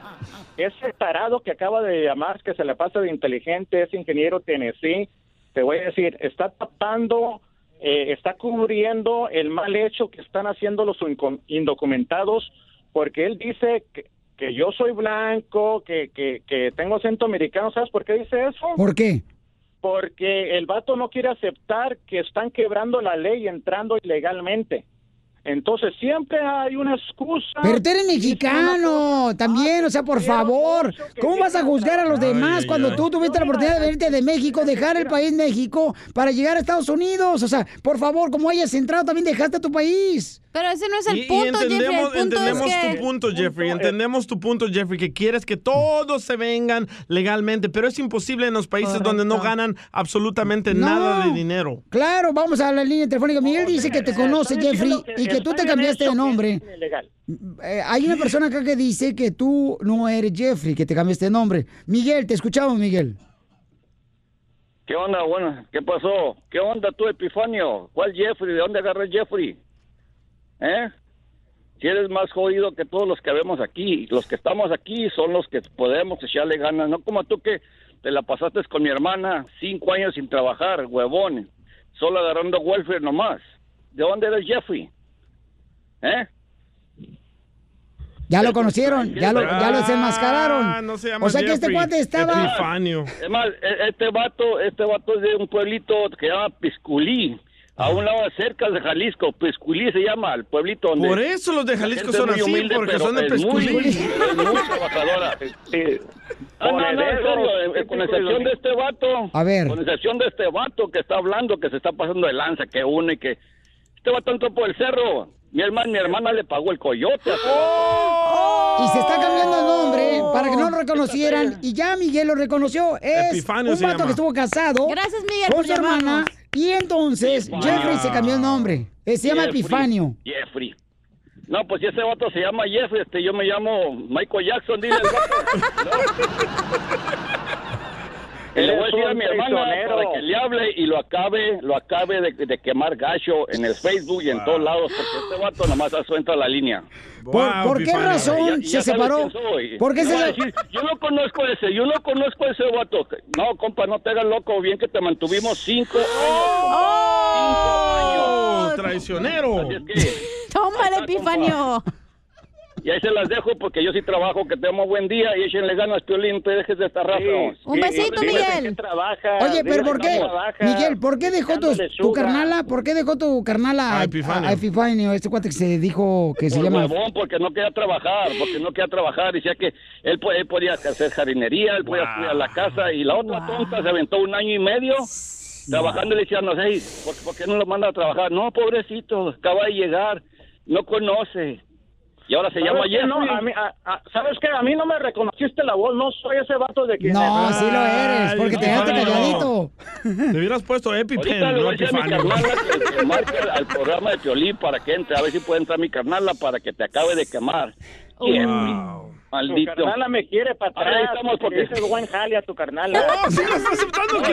ese tarado que acaba de llamar, que se le pasa de inteligente, es ingeniero Tennessee, te voy a decir, está tapando, eh, está cubriendo el mal hecho que están haciendo los inco- indocumentados, porque él dice que, que yo soy blanco, que, que, que tengo acento americano, ¿sabes por qué dice eso? ¿Por qué? Porque el vato no quiere aceptar que están quebrando la ley entrando ilegalmente. Entonces siempre hay una excusa. Pero tú eres y siempre hay una mexicano también, o sea, por favor. ¿Cómo vas a juzgar a los demás cuando tú tuviste la oportunidad de venirte de México, dejar el país México para llegar a Estados Unidos? O sea, por favor, como hayas entrado, también dejaste tu país. Pero ese no es Y- Pues el y punto, Jeffrey. El entendemos, punto es entendemos que... tu punto, Jeffrey. Entendemos tu punto, Jeffrey, que quieres que todos se vengan legalmente, pero es imposible en los países donde no ganan absolutamente nada de dinero. Claro, vamos a la línea telefónica. Miguel dice que te conoce, estoy Jeffrey, diciendo que y que tú está te bien cambiaste hecho de que nombre. es ilegal. Eh, hay una persona acá que dice que tú no eres Jeffrey, que te cambiaste de nombre. Miguel, te escuchamos, Miguel. ¿Qué onda, bueno? ¿Qué pasó? ¿Qué onda tú, Epifanio? ¿Cuál Jeffrey? ¿De dónde agarré Jeffrey? ¿Eh? Si eres más jodido que todos los que vemos aquí. Los que estamos aquí son los que podemos echarle ganas. No como tú que te la pasaste con mi hermana cinco años sin trabajar, huevón. Solo agarrando welfare nomás. ¿De dónde eres Jeffrey? ¿Eh? Ya lo conocieron, ya lo, ya lo Ah, desenmascararon. no se llama o sea que este Jeffrey, cuate estaba. Epifanio. Es más, e- este vato, este vato es de un pueblito que se llama Pisculí, a un lado de cerca de Jalisco. Pisculí se llama el pueblito donde... Por eso los de la Jalisco gente son es muy así, porque pero son de es muy- Pisculí. es muy trabajadora. Ah, no, no, en serio, eh, eh, con excepción de este vato, A ver. con excepción de este vato que está hablando, que se está pasando de lanza, que uno y que... Este vato entró por el cerro. Mi hermana, mi hermana le pagó el coyote. a este Y se está cambiando el nombre Oh, para que no lo reconocieran. Y ya Miguel lo reconoció. Es Epifanio un se vato llama. que estuvo casado. Gracias, Miguel, pues Con por su hermana. llamarnos. Y entonces Epifanio. Jeffrey se cambió el nombre. Eh, Se llama Jeffrey, Epifanio. Jeffrey. No, pues si ese vato se llama Jeffrey, este, yo me llamo Michael Jackson, dile al vato. No. Y le voy a decir a mi Eres un hermana traicionero. para que le hable y lo acabe, lo acabe de, de quemar gacho en el Facebook y en todos lados, porque este vato nomás hace entra a la línea. ¿Por, por qué razón Ya- ya se sabes separó? quién soy. ¿Por qué No se va a decir, Yo no conozco a ese, yo no conozco a ese vato. No, compa, no te hagas loco, bien que te mantuvimos cinco ¡Oh! ¡Traicionero! Tómale, Epifanio. Y ahí se las dejo porque yo sí trabajo, que tengamos buen día y échenle ganas, Piolín, te dejes de estar rápido. Un besito, Miguel. Oye, pero ¿por qué? Miguel, ¿por qué dejó tu, dándole tu sugar. carnala? ¿Por qué dejó tu carnala a, Ah, A Epifanio. a Epifanio? Este cuate que se dijo que se Por llama. huevón, porque no quería trabajar, porque no quería trabajar. Decía que él, po- él podía hacer jardinería, él podía estudiar la casa y la otra tonta se aventó un año y medio trabajando y le decía, no sé, ¿por, por qué no lo manda a trabajar? No, pobrecito, acaba de llegar, no conoce. Y ahora se llama ¿Sabes qué? Jeffrey. No, a mí- a- a- Ah, ¿Sabes qué? A mí no me reconociste la voz, no soy ese vato de quien... No, es. sí lo eres, porque te dejaste Epifanio. calladito. Te hubieras puesto EpiPen, Ahorita le no voy a decir a mi Epifanio. carnala que, que marque al programa de Piolín para que entre, a ver si puede entrar mi carnala para que te acabe de quemar. Wow. Ah. Jeffrey, Maldito. Tu carnala me quiere para atrás. Ahí estamos porque- Ese es buen jale a tu carnala. Oh, No, sí lo está aceptando, que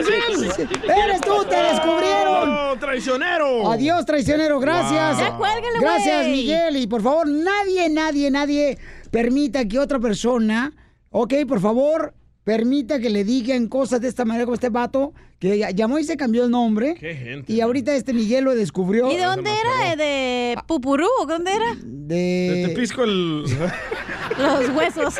¡Eres tú! ¡Te descubrieron! ¡No, traicionero! Adiós, traicionero, gracias. Wow. Ya cuélgale, güey. gracias, Miguel. Y por favor, nadie, nadie, nadie permita que otra persona, ok, por favor, permita que le digan cosas de esta manera como este vato, que ya- llamó y se cambió el nombre. Qué gente. Y ahorita este Miguel lo descubrió. ¿Y de dónde era? ¿De Pupurú? ¿O ¿Dónde era? Eh, De... Te pisco el... Los huesos.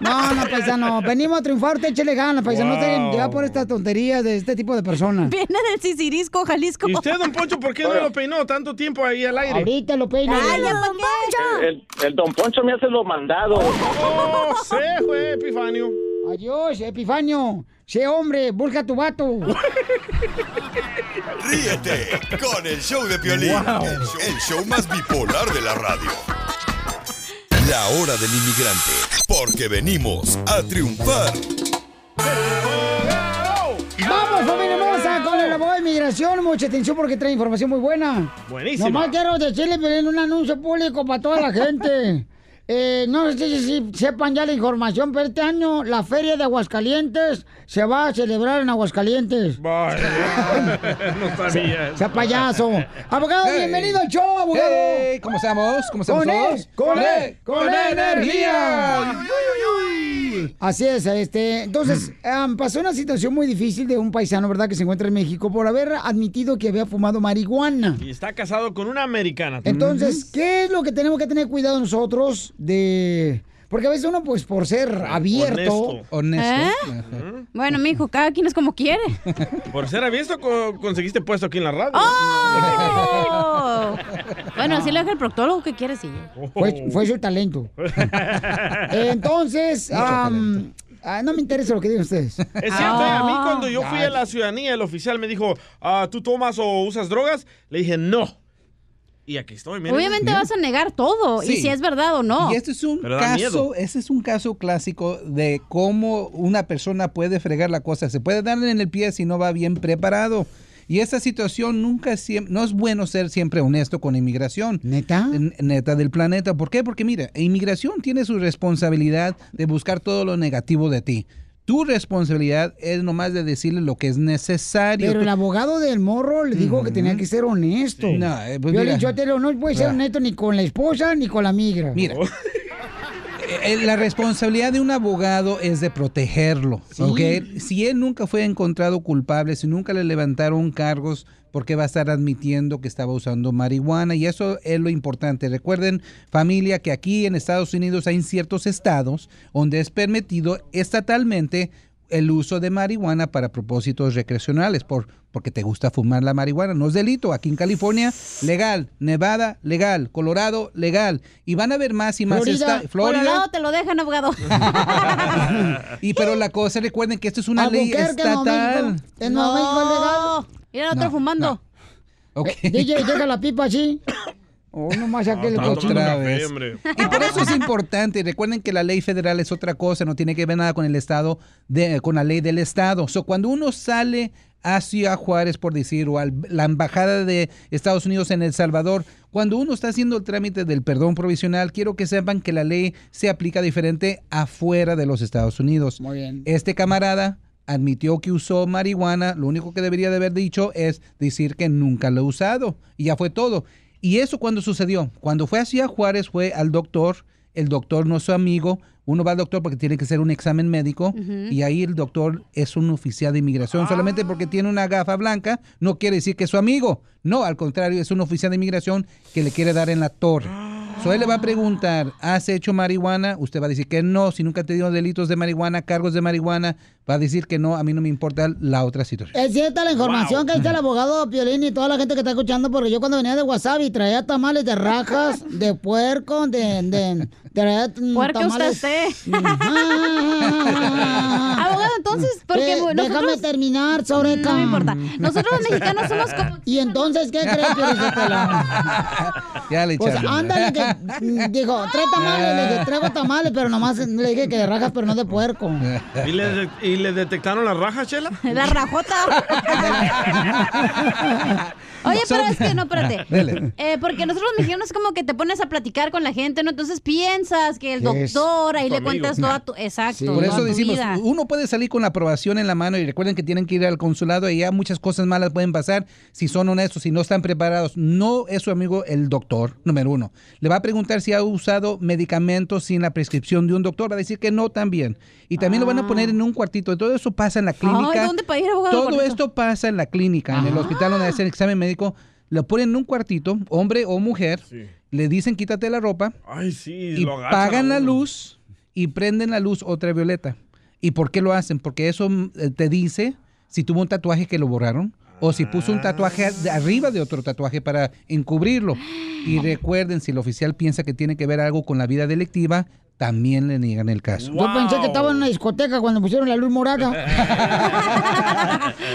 No, no, paisano. Venimos a triunfar, te échele ganas, paisano. No te dejen Wow. llevar por esta tontería de este tipo de personas. Viene del Sisirisco, Jalisco. ¿Y usted, don Poncho, por qué no lo peinó tanto tiempo ahí al aire? Ahorita lo peino. ¡Ay, ya pa' El, el- el don Poncho me hace lo mandado. ¡Oh, se fue, Epifanio! Adiós, Epifanio. Sé hombre, busca tu vato. Ríete con el show de Piolín, el, show, el show más bipolar de la radio. La hora del inmigrante, porque venimos a triunfar. continuación, mucha atención porque trae información muy buena. Buenísima. Nomás quiero decirle, Piolín, un anuncio público para toda la gente. Eh, no sé si, si sepan ya la información, pero este año la Feria de Aguascalientes se va a celebrar en Aguascalientes. no sabía. Sea payaso. Abogado, Hey. bienvenido al show, abogado. Hey, ¿Cómo estamos? ¿Cómo estamos Con todos? E, con E, con E energía. energía. Así es, este. Entonces, Mm. am, pasó una situación muy difícil de un paisano, ¿verdad?, que se encuentra en México por haber admitido que había fumado marihuana. Y está casado con una americana. Entonces, ¿qué es lo que tenemos que tener cuidado nosotros de. Porque a veces uno, pues, por ser abierto. Honesto. Honesto. ¿Mm? Bueno, mijo, cada quien es como quiere. Por ser abierto, co- conseguiste puesto aquí en la radio. ¡Oh! Bueno, así le deja el proctólogo que quiere, sí. Oh. Fue, fue su talento. ¿Eh? Entonces, Mucho am, ah, no me interesa lo que digan ustedes. Es cierto, ¿eh? a mí Ah. cuando yo fui Ya. a la ciudadanía, el oficial me dijo, "Ah, ¿tú tomas o usas drogas? Le dije, no. Y aquí estoy, mira. Obviamente vas a negar todo y Sí. si es verdad o no. Y esto es un Pero da miedo. caso, ese es un caso clásico de cómo una persona puede fregar la cosa. Se puede dar en el pie si no va bien preparado. Y esa situación nunca es siem- no es bueno ser siempre honesto con inmigración. ¿Neta? Neta del planeta. ¿Por qué? Porque mira, inmigración tiene su responsabilidad de buscar todo lo negativo de ti. Tu responsabilidad es nomás de decirle lo que es necesario. Pero Tú- el abogado del morro le dijo que tenía que ser honesto. Sí. No, eh, pues Yo le mira. yo te lo- no puede ser Ah. honesto ni con la esposa ni con la migra. Mira. Eh, La responsabilidad de un abogado es de protegerlo, ¿ok? Si él nunca fue encontrado culpable, si nunca le levantaron cargos, ¿por qué va a estar admitiendo que estaba usando marihuana? Y eso es lo importante. Recuerden, familia, que aquí en Estados Unidos hay ciertos estados donde es permitido estatalmente el uso de marihuana para propósitos recreacionales, por, porque te gusta fumar la marihuana. No es delito. Aquí en California, legal. Nevada, legal. Colorado, legal. Y van a ver más y más. Florida, esta- Colorado te lo dejan, abogado. y pero la cosa, recuerden que esto es una ley Albuquerque, Nuevo estatal. México. En Nuevo México es legal. Mira el otro No, fumando. Eh, Oh. DJ, llega la pipa así. Oh, nomás aquel Otra vez. hombre. Y por eso es importante. Recuerden que la ley federal es otra cosa, no tiene que ver nada con el estado, de, con la ley del estado. So, cuando uno sale hacia Juárez, por decir, o a la embajada de Estados Unidos en El Salvador, cuando uno está haciendo el trámite del perdón provisional, quiero que sepan que la ley se aplica diferente afuera de los Estados Unidos. Muy bien. Este camarada admitió que usó marihuana. Lo único que debería de haber dicho es decir que nunca lo he usado. Y ya fue todo. ¿Y eso cuando sucedió? Cuando fue hacia Juárez, fue al doctor. El doctor no es su amigo. Uno va al doctor porque tiene que hacer un examen médico. Ujú. Y ahí el doctor es un oficial de inmigración. Solamente porque tiene una gafa blanca no quiere decir que es su amigo. No, al contrario, es un oficial de inmigración que le quiere dar en la torre. So, él le va a preguntar, ¿has hecho marihuana? Usted va a decir que no, si nunca te dio delitos de marihuana, cargos de marihuana, va a decir que no, a mí no me importa la otra situación. Es cierta la información que dice el abogado Piolín y toda la gente que está escuchando, porque yo cuando venía de Wasabi traía tamales de rajas, de puerco, de... de traía mm, Puerco tamales- usted, sí. Mm. Ah, Ajá. Abogado, entonces, porque Eh, nosotros- Déjame terminar, Soreca. No me importa. Nosotros los mexicanos somos como... ¿Y entonces qué crees, Piolín? Sotelo? Ya le Pues echaron. ándale que mm, dijo, trae tamales, le dije, traigo tamales, pero nomás le dije que de rajas, pero no de puerco. ¿Y le, de- y le detectaron las rajas, Chela? La rajota. Oye, pero es que no, espérate. Dele. Eh, porque nosotros los mexicanos es como que te pones a platicar con la gente, ¿no? Entonces piensas que el Que es doctor ahí tu le amigo. cuentas No. toda tu. Exacto. Por toda eso tu decimos, vida. uno puede salir con la aprobación en la mano y recuerden que tienen que ir al consulado y ya muchas cosas malas pueden pasar si son honestos, si no están preparados. No es su amigo el doctor, número uno. Le va a preguntar si ha usado medicamentos sin la prescripción de un doctor, va a decir que no también. Y también lo van a poner en un cuartito. Todo eso pasa en la clínica. Ah. Ay, ¿dónde para ir, abogado? Ah. Todo Cuartito. esto pasa en la clínica, en el hospital donde hacen el examen médico. Lo ponen en un cuartito, hombre o mujer. Le dicen quítate la ropa. Ay, sí, y lo agachan pagan a la uno. luz y prenden la luz ultravioleta. ¿Y por qué lo hacen? Porque eso mm, eh, te dice si tuvo un tatuaje que lo borraron o si puso un tatuaje de arriba de otro tatuaje para encubrirlo. Y recuerden, si el oficial piensa que tiene que ver algo con la vida delictiva, también le niegan el caso. Yo pensé que estaba en una discoteca cuando pusieron la luz morada.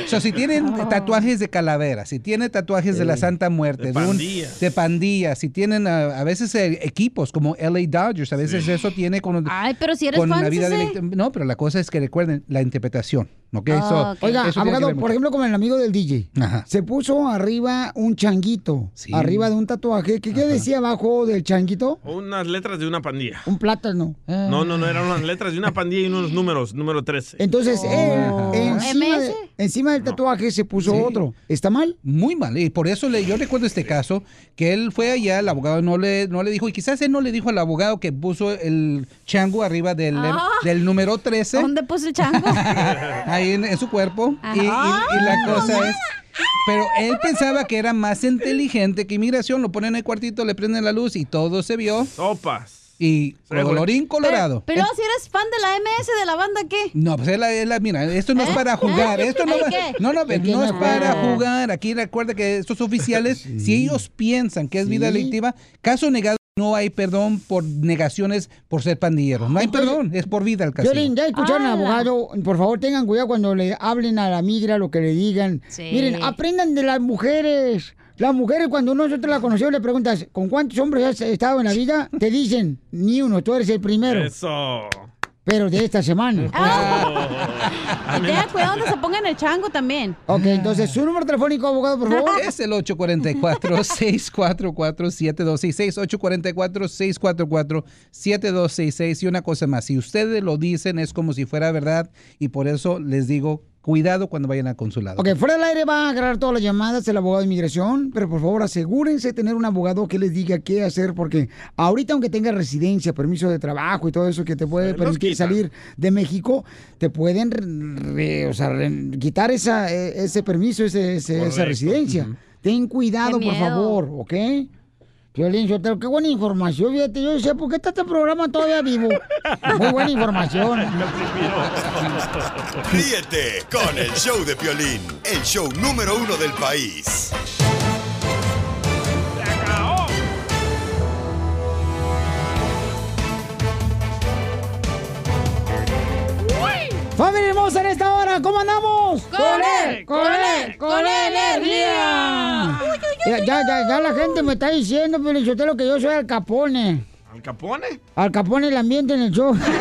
So, si tienen tatuajes de calavera, si tienen tatuajes de la Santa Muerte, de, un- pandilla. de pandilla, si tienen a, a veces eh, equipos como LA Dodgers, a veces eso tiene con, Ay, pero si eres con fan, la vida Ceci. delictiva. No, pero la cosa es que recuerden la interpretación. ¿ok? So, Ah, Ah, Oiga, eso tiene que abogado, ver mucho. por ejemplo, como el amigo del DJ, se puso arriba un changuito, arriba de un tatuaje. ¿Qué, qué decía abajo del changuito? Unas letras de una pandilla. Un plátano. No, no, no, eran unas letras de una pandilla y unos números, número 13. Entonces, él, encima, de- encima del tatuaje se puso Sí. otro. ¿Está mal? Muy mal. Y por eso le, yo recuerdo este caso, que él fue allá, el abogado no le, no le dijo, y quizás él no le dijo al abogado que puso el chango arriba del, em, Ah. del número 13. ¿Dónde puso el chango? ahí en, en su cuerpo. Y, y- y la Ah. cosa es. Pero él pensaba que era más inteligente que inmigración. Lo ponen en el cuartito, le prenden la luz y todo se vio. Sopas. Y Se fue. colorín colorado. Pero si eres fan de la MS, de la banda, ¿qué? No, pues es la, es la- mira, esto no es para jugar, ¿Eh? esto no, ¿Ay, va- qué? no, no, ¿De qué no es me para acuerdo? jugar. Aquí recuerda que estos oficiales, si ellos piensan que es vida delictiva, caso negado, no hay perdón por negaciones por ser pandilleros, no hay perdón, es por vida el caso. Violín, ya Ah. escucharon al abogado. Por favor, tengan cuidado cuando le hablen a la migra lo que le digan. Sí. Miren, aprendan de las mujeres. Las mujeres, cuando nosotros las conocemos, le preguntas, ¿con cuántos hombres has estado en la vida? Te dicen, ni uno, tú eres el primero. Eso. Pero de esta semana. Ah. Ah. Y tenga cuidado donde se pongan el chango también. Ok, entonces su número telefónico, abogado, por favor. Es el 844-644-7266. 844-644-7266. Y una cosa más, si ustedes lo dicen es como si fuera verdad y por eso les digo, cuidado cuando vayan al consulado. Ok, fuera del aire va a agarrar todas las llamadas el abogado de inmigración, pero por favor asegúrense de tener un abogado que les diga qué hacer, porque ahorita aunque tenga residencia, permiso de trabajo y todo eso que te puede permitir salir de México, te pueden re- o sea, re- quitar esa, eh, ese permiso, ese- ese- esa Correcto. residencia. Ten cuidado, Qué por miedo. favor, ¿ok? Violín Sotelo, qué buena información, fíjate, yo sé por qué está este programa todavía vivo. Muy buena información. Ríete con el show de Piolín, el show número uno del país. ¡Familia hermosa en esta hora! ¿Cómo andamos? ¡Con él! ¡Con él! ¡Con energía! Ya, ya, ya, ya la gente me está diciendo, pero lo que yo soy Al Capone. ¿Al Capone? Al Capone el ambiente en el show.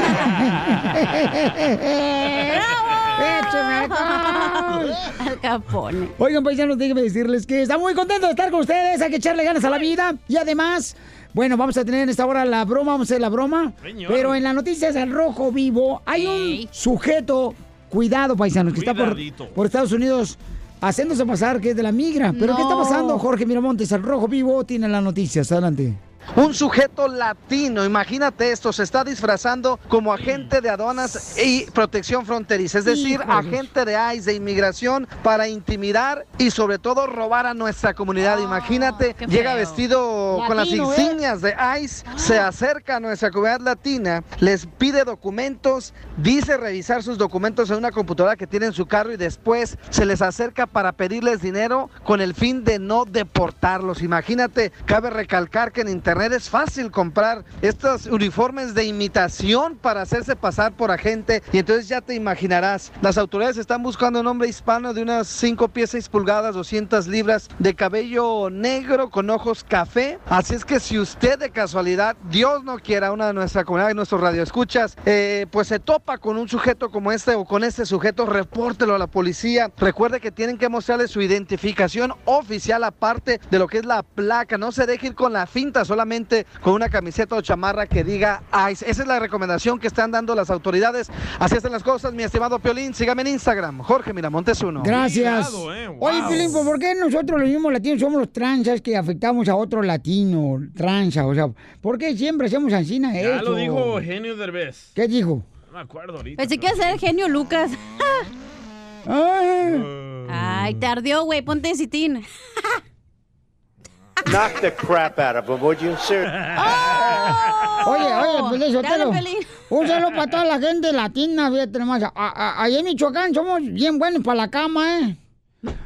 ¡Écheme alcohol! Al Capone. Oigan, paisanos, déjenme decirles que está muy contento de estar con ustedes. Hay que echarle ganas a la vida. Y además, bueno, vamos a tener en esta hora la broma, vamos a hacer la broma. Señor. Pero en las noticias al rojo vivo hay un sujeto, cuidado, paisanos, que está Cuidadito. por, por Estados Unidos haciéndose pasar que es de la migra. Pero ¿qué está No. pasando, Jorge Miramontes? Al rojo vivo tiene las noticias. Adelante. Un sujeto latino, imagínate esto, se está disfrazando como agente de aduanas y protección fronteriza, es decir, Híjole. agente de ICE, de inmigración, para intimidar y sobre todo robar a nuestra comunidad. Imagínate, qué llega feo. vestido con las Latino, ¿eh? Ah. insignias de ICE, se acerca a nuestra comunidad latina, les pide documentos, dice revisar sus documentos en una computadora que tiene en su carro y después se les acerca para pedirles dinero con el fin de no deportarlos. Imagínate, cabe recalcar que en internet es fácil comprar estos uniformes de imitación para hacerse pasar por agente y entonces ya te imaginarás, las autoridades están buscando un hombre hispano de unas 5 pies 6 pulgadas, 200 libras, de cabello negro con ojos café. Así es que si usted de casualidad, Dios no quiera, una de nuestra comunidad y nuestros radioescuchas, eh, pues se topa con un sujeto como este o con este sujeto, repórtelo a la policía. Recuerde que tienen que mostrarle su identificación oficial aparte de lo que es la placa. No se deje ir con la finta, solamente con una camiseta o chamarra que diga ICE. Esa es la recomendación que están dando las autoridades. Así están las cosas, mi estimado Piolín. Sígame en Instagram, Jorge Miramontes uno. Gracias. eh, Oye, Pilín, ¿por por qué nosotros los mismos latinos somos los tranzas que afectamos a otro latino? Tranza, o sea, ¿por qué siempre hacemos ansina Ya eso? lo dijo Genio Derbez. ¿Qué dijo? No me acuerdo ahorita. Pensé que iba a ser el genio Lucas. Ay, Ah. Ay, te ardió, güey. Ponte citín. Knock the crap out of him, would you? Sir. Oye, oye, Dale, Pelín Sotelo. Pelín. Un saludo para toda la gente latina, fíjate nomás. A- a- Allá en Michoacán somos bien buenos para la cama, ¿eh?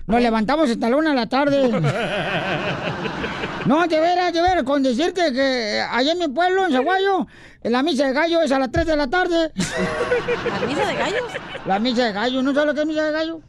Nos levantamos hasta la una de la tarde. No, de veras, de veras, con decirte que eh, allá en mi pueblo, en Zaguayo, la misa de gallo es a las 3 de la tarde. ¿La misa de gallos? La misa de gallo, ¿no sabes lo que es misa de gallo?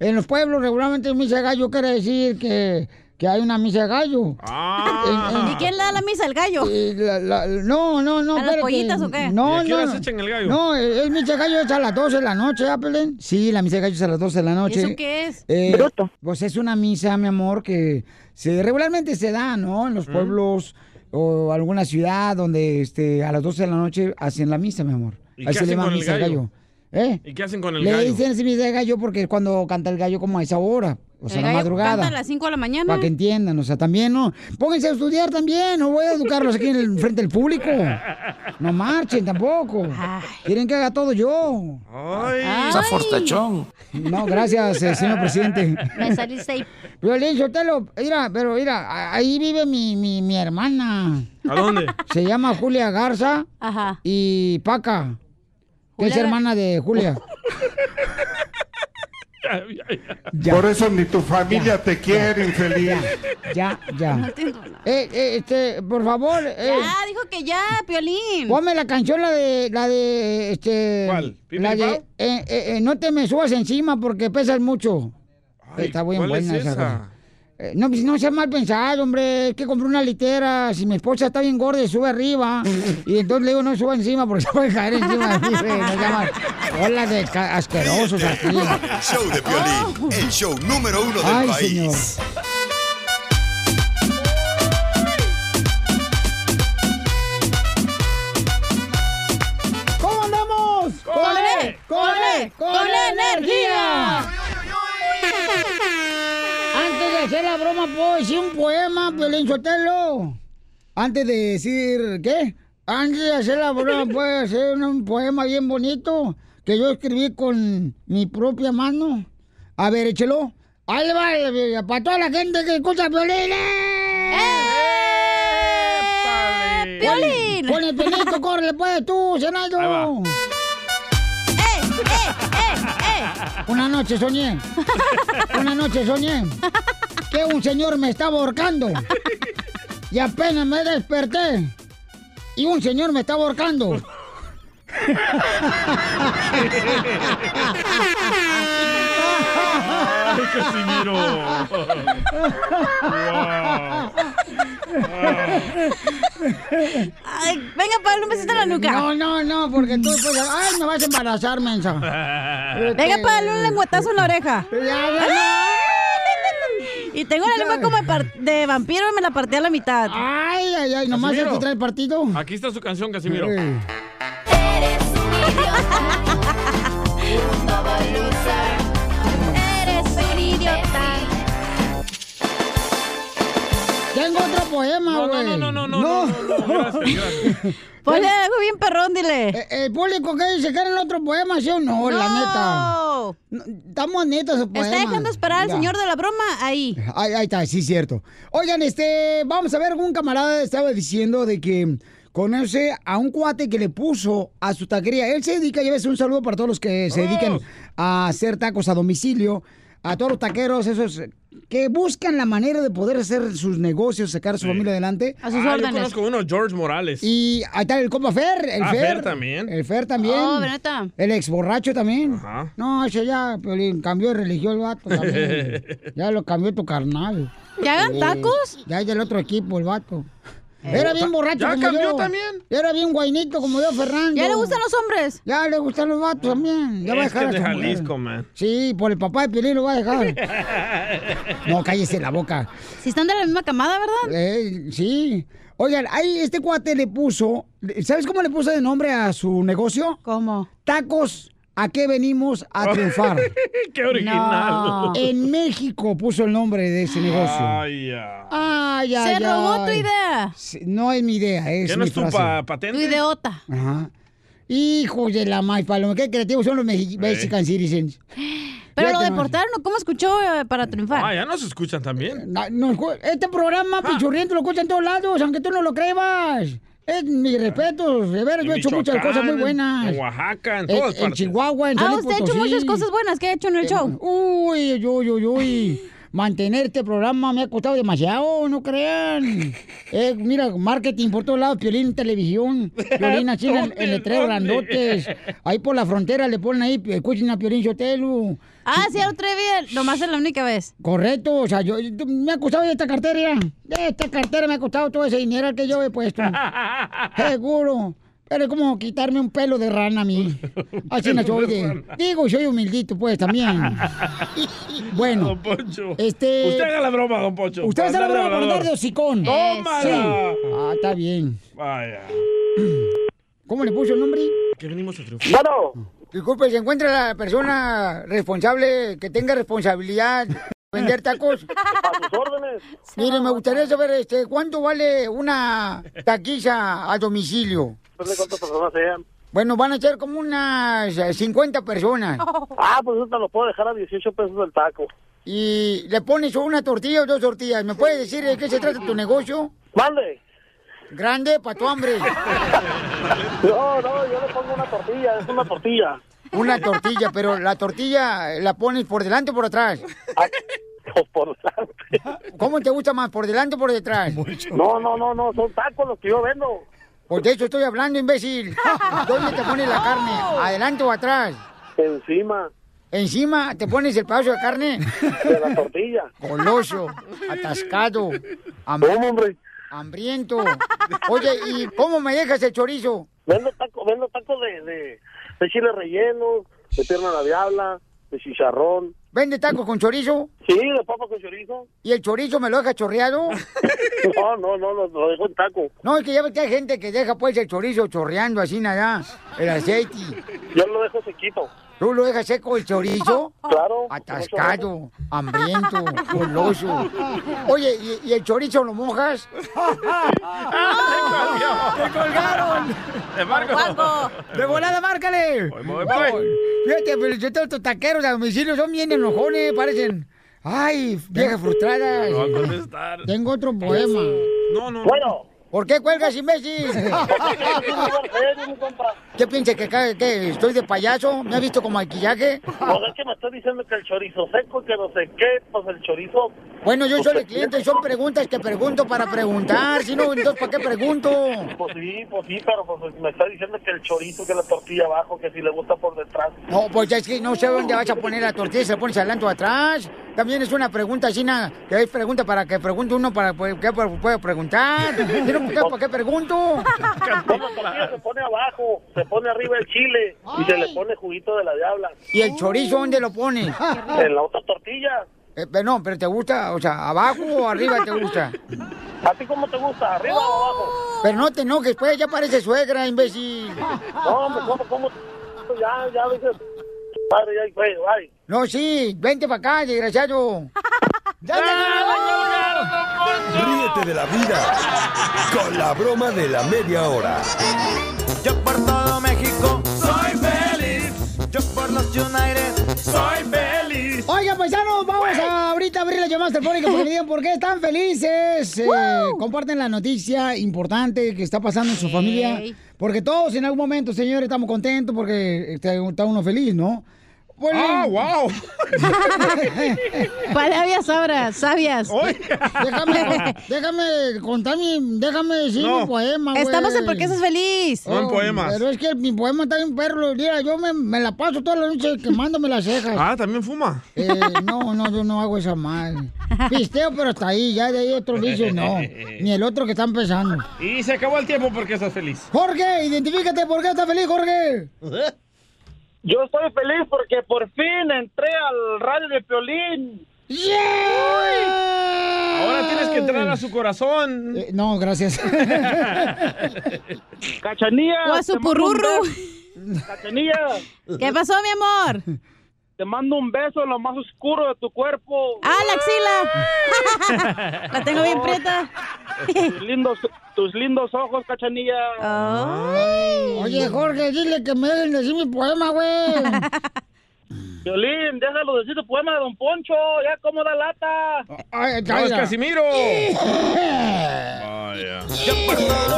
En los pueblos regularmente misa de gallo quiere decir que que hay una misa de gallo. Ah. ¿Y quién le da la misa? ¿El gallo? Eh, la- la- no, no, ¿A no. las espérate. pollitas o qué? No, ¿Y a qué no. horas echan el gallo? No, el, el misa de gallo es a las 12 de la noche, ¿ah, Pelín? Sí, la misa de gallo es a las 12 de la noche. eso qué es? Eh, Bruto. Pues es una misa, mi amor, que se, regularmente se da, ¿no? En los pueblos o alguna ciudad donde este, a las 12 de la noche hacen la misa, mi amor. ¿Y Ahí qué se le hacen llama con el misa de gallo? ¿Eh? ¿Y qué hacen con el le gallo? dicen misa de gallo porque es cuando canta el gallo como a esa hora, o sea, el la gallo madrugada. canta a las 5 de la mañana. Para que entiendan, o sea, también, ¿no? Pónganse a estudiar también, no voy a educarlos aquí en el, frente del público. No marchen tampoco. Quieren que haga todo yo. Ay. Esa No, gracias, eh, señor presidente. Me saliste ahí. Violín, Sotelo, mira, pero mira, a- ahí vive mi, mi, mi hermana. ¿A dónde? Se llama Julia Garza Ajá. y Paca, que es Julia- hermana de Julia. Por eso ni tu familia te quiere, infeliz. Ya, ya. Eh, eh, este, por favor. eh, Ya, dijo que ya, Piolín. Ponme la canción, la de, la de, este... ¿Cuál? ¿Pim, La pim, de, eh, eh, eh, no te me subas encima porque pesas mucho. Está muy ¿cuál buena es esa. esa? canción. Eh, no, pues, no sea mal pensado, hombre. Es que compré una litera. Si mi esposa está bien gorda, sube arriba. y entonces le digo, no suba encima porque se puede caer encima. de mí, güey. No sea mal. Hola de ca- asquerosos aquí. Con el show de Piolín, el show número uno del Ay, país. señor. ¿Cómo andamos? ¡Con E! ¡Con E! ¡Con energía! Antes de hacer la broma, ¿puedo decir un poema, Piolín Sotelo? Antes de decir, ¿qué? Antes de hacer la broma, ¿puedo hacer un, un poema bien bonito que yo escribí con mi propia mano? A ver, échelo. Ahí va, eh, para toda la gente que escucha Piolín. ¡Eh! ¡Piolín! Pon el pelito, córrele pues tú, Senado. Ahí va. Una noche soñé. Una noche soñé. Que un señor me estaba ahorcando. Y apenas me desperté. Y un señor me estaba ahorcando. ¡Ay, Casimiro! Ay, venga, Pablo, un besito en la nuca. No, no, no, porque tú después. Ay, me vas a embarazar, mensa. Venga, Pablo, un lenguatazo en la oreja. Ah, Ya, ya, Y tengo la lengua como de, par- de vampiro y me la partí a la mitad. Ay, ay, ay, nomás Casimiro. el que trae partido. Aquí está su canción, Casimiro. Eres un idiota. Tengo otro poema, güey. No, no, no, no, no, Ponle algo bien perrón, dile. Eh, El público que dice que era el otro poema, ¿sí o no? La neta. No, Estamos netos, el poema. Está dejando esperar al Ya. señor de la broma ahí. Ahí, ahí está, sí, cierto. Oigan, este, vamos a ver, un camarada estaba diciendo de que conoce a un cuate que le puso a su taquería. Él se dedica, ya ves, un saludo para todos los que se dedican a hacer tacos a domicilio, a todos los taqueros, esos que buscan la manera de poder hacer sus negocios, sacar a su familia adelante. Ah, yo conozco uno, George Morales. Y ahí está el compa Fer, el Ah, Fer. Fer también. El Fer también. Oh, ¿verdad? El ex borracho también. No, ese ya Piolín, cambió de religión el vato también. ya lo cambió tu carnal. ¿Que hagan Eh, tacos? Ya es del otro equipo el vato. Eh. Era bien borracho ¿Ya como cambió yo. también? Era bien guainito como yo, Fernando. ¿Ya le gustan los hombres? Ya le gustan los vatos también. Ya va a Es que es dejar de a su mujer. Jalisco, man. Sí, por el papá de Piolín lo va a dejar. No, cállese la boca. Eh, Si están de la misma camada, ¿verdad? sí. Oigan, ahí este cuate le puso, ¿sabes cómo le puso de nombre a su negocio? ¿Cómo? Tacos, ¿a qué venimos a triunfar? Qué original. En México puso el nombre de ese negocio. Ay, ya. Ay, Se ay, robó tu ay. idea. Sí, No es mi idea, es ¿Ya no mi es tu frase. pa- patente? Tu ideota. Ajá. Hijo de la maíz, paloma, qué creativos son los mexi- Mexican citizens. Pero lo Fíjate nomás. deportaron, ¿o ¿cómo escuchó eh, para triunfar? Ah. Ah, ya nos escuchan también. Na- nos escu- este programa, pichurriento, lo escucha en todos lados, aunque tú no lo creas. Es mi respeto, de veras, yo he hecho muchas Ah. Michoacán, cosas muy buenas. En Oaxaca, en En- todas en partes. Chihuahua, en Ah, San Luis usted ha hecho Potosí. muchas cosas buenas que ha hecho en el show. Uy, uy, uy, uy. mantener este programa me ha costado demasiado, no crean. Eh, mira, marketing por todos lados, Piolín Televisión, Piolín así en el, el letrero ¿Dónde? grandotes. Ahí por la frontera le ponen ahí, eh, escuchen a Piolín Sotelo. Ah, sí, la otra vez, nomás es la única vez. Correcto, o sea, yo, yo- me ha costado esta cartera, mira. esta cartera me ha costado todo ese dinero que yo he puesto. Seguro. Pero es como quitarme un pelo de rana a mí. Así no pelo soy de de- rana. Digo, soy humildito, pues, también. Bueno. Don Poncho. Este- Usted haga la broma, don Poncho. Usted hace la Para broma por andar de hocicón. ¡Tómala! Sí. Ah, está bien. Vaya. ¿Cómo le puso el nombre? Que venimos a triunfar. ¡Claro! Disculpe, ¿se encuentra la persona responsable que tenga responsabilidad de vender tacos? A sus órdenes. Mire, me gustaría saber este, cuánto vale una taquiza a domicilio. Depende cuántas personas sean. Bueno, van a ser como unas eh, 50 personas. Ah, pues eso te lo puedo dejar a 18 pesos el taco. Y le pones una tortilla o dos tortillas. ¿Me puedes decir de qué se trata tu negocio? Grande. Grande para tu hambre. No, no, yo le pongo una tortilla, es una tortilla. Una tortilla, pero la tortilla eh, la pones por delante o por atrás. por delante. ¿Cómo te gusta más, por delante o por detrás? No, no, no, no, son tacos los que yo vendo. Por Pues de eso estoy hablando, imbécil. ¿Dónde te pones la carne? ¿Adelante o atrás? Encima. ¿Encima te pones el pedazo de carne? De la tortilla. Goloso, atascado, hombre? hambriento. Oye, ¿y cómo me dejas el chorizo? Vendo tacos, vendo tacos de, de, de chile relleno, de pierna a la diabla, de chicharrón. ¿Vende tacos con chorizo? Sí, de papa con chorizo. ¿Y el chorizo me lo deja chorreado? No, no, no, lo, lo dejo en taco. No, es que ya ves que hay gente que deja pues el chorizo chorreando así nada, el aceite. Yo lo dejo sequito. ¿Tú lo dejas seco el chorizo? Claro. Atascado, hambriento, goloso. Oye, ¿y, y el chorizo lo mojas? ¡Ah! ¡Te colgaron! ¡Te marco! ¡De volada, márcale! voy, voy. Fíjate, pero yo tengo estos taqueros a domicilio, son bien enojones, parecen. Ay, viejas frustradas. No va a contestar. Tengo otro poema. No, no. Bueno. ¿Por qué cuelgas, imbécil? Pues ¿Qué piensas que, acá- que estoy de payaso? ¿Me has visto con maquillaje? Pues es que me está diciendo que el chorizo seco, que no sé qué, pues el chorizo. Bueno, yo Pues soy el el- cliente y son preguntas que pregunto para preguntar. Si no, entonces, ¿para qué pregunto? Pues sí, pues sí, pero pues me está diciendo que el chorizo, que la tortilla abajo, que si le gusta por detrás. No, pues es que no sé dónde vas a poner la tortilla, se la pones adelante o atrás. También es una pregunta, China, que hay pregunta para que pregunte uno para que que pueda preguntar. Si no, ¿por qué- ¿Por qué pregunto? La tortilla se pone abajo, se pone arriba el chile y se le pone juguito de la diabla. ¿Y el chorizo dónde lo pones? En la otra tortilla. Eh, pero no, pero te gusta, o sea, abajo o Oh, arriba te gusta. Oh. ¿A ti cómo te gusta? ¿Arriba o abajo? Pero no te enojes, pues ya parece suegra, imbécil. No, hombre, ¿cómo, cómo? Ya, ya, a veces. Padre, ya, güey, bye. No, sí, vente para acá, desgraciado. ¡Ya te Ríete de la vida con la broma de la media hora. Todo México, soy feliz. Yo por los United, soy feliz. Oiga, paisanos, vamos a ahorita abrir las llamadas telefónicas porque me digan por qué están felices. Eh, comparten la noticia importante que está pasando en su familia. Porque todos en algún momento, señores, estamos contentos porque este, está uno feliz, ¿no? Pues, eh, Ah, wow! Palabras ahora, sabias. Déjame, déjame contar mi, déjame decir No. mi poema, güey. Estamos en ¿Por qué estás feliz? Oh, Pero es que mi poema está bien perro. Mira, yo me, me la paso toda la noche quemándome las cejas. Ah, ¿también fuma? Eh, no, no, yo no hago esa mal. Pisteo, pero hasta ahí, ya de ahí otro vicio no. Ni el otro que está empezando. Y se acabó el tiempo porque estás feliz. Jorge, identifícate, ¿por qué estás feliz, Jorge? Yo estoy feliz porque por fin entré al radio de Piolín. Ahora tienes que entrar a su corazón. Eh, no, gracias. Cachanilla. O a su te mando un purrurru. beso. Cachanilla. ¿Qué pasó, mi amor? Te mando un beso en lo más oscuro de tu cuerpo. ¡Ah, la axila! la tengo bien prieta. tus, lindos, tus lindos ojos, Cachanilla. Oye, Jorge, dile que me dejen decir mi poema, güey. Piolín, déjalo decir tu poema de Don Poncho. Ya como da lata. ¡No, es Casimiro!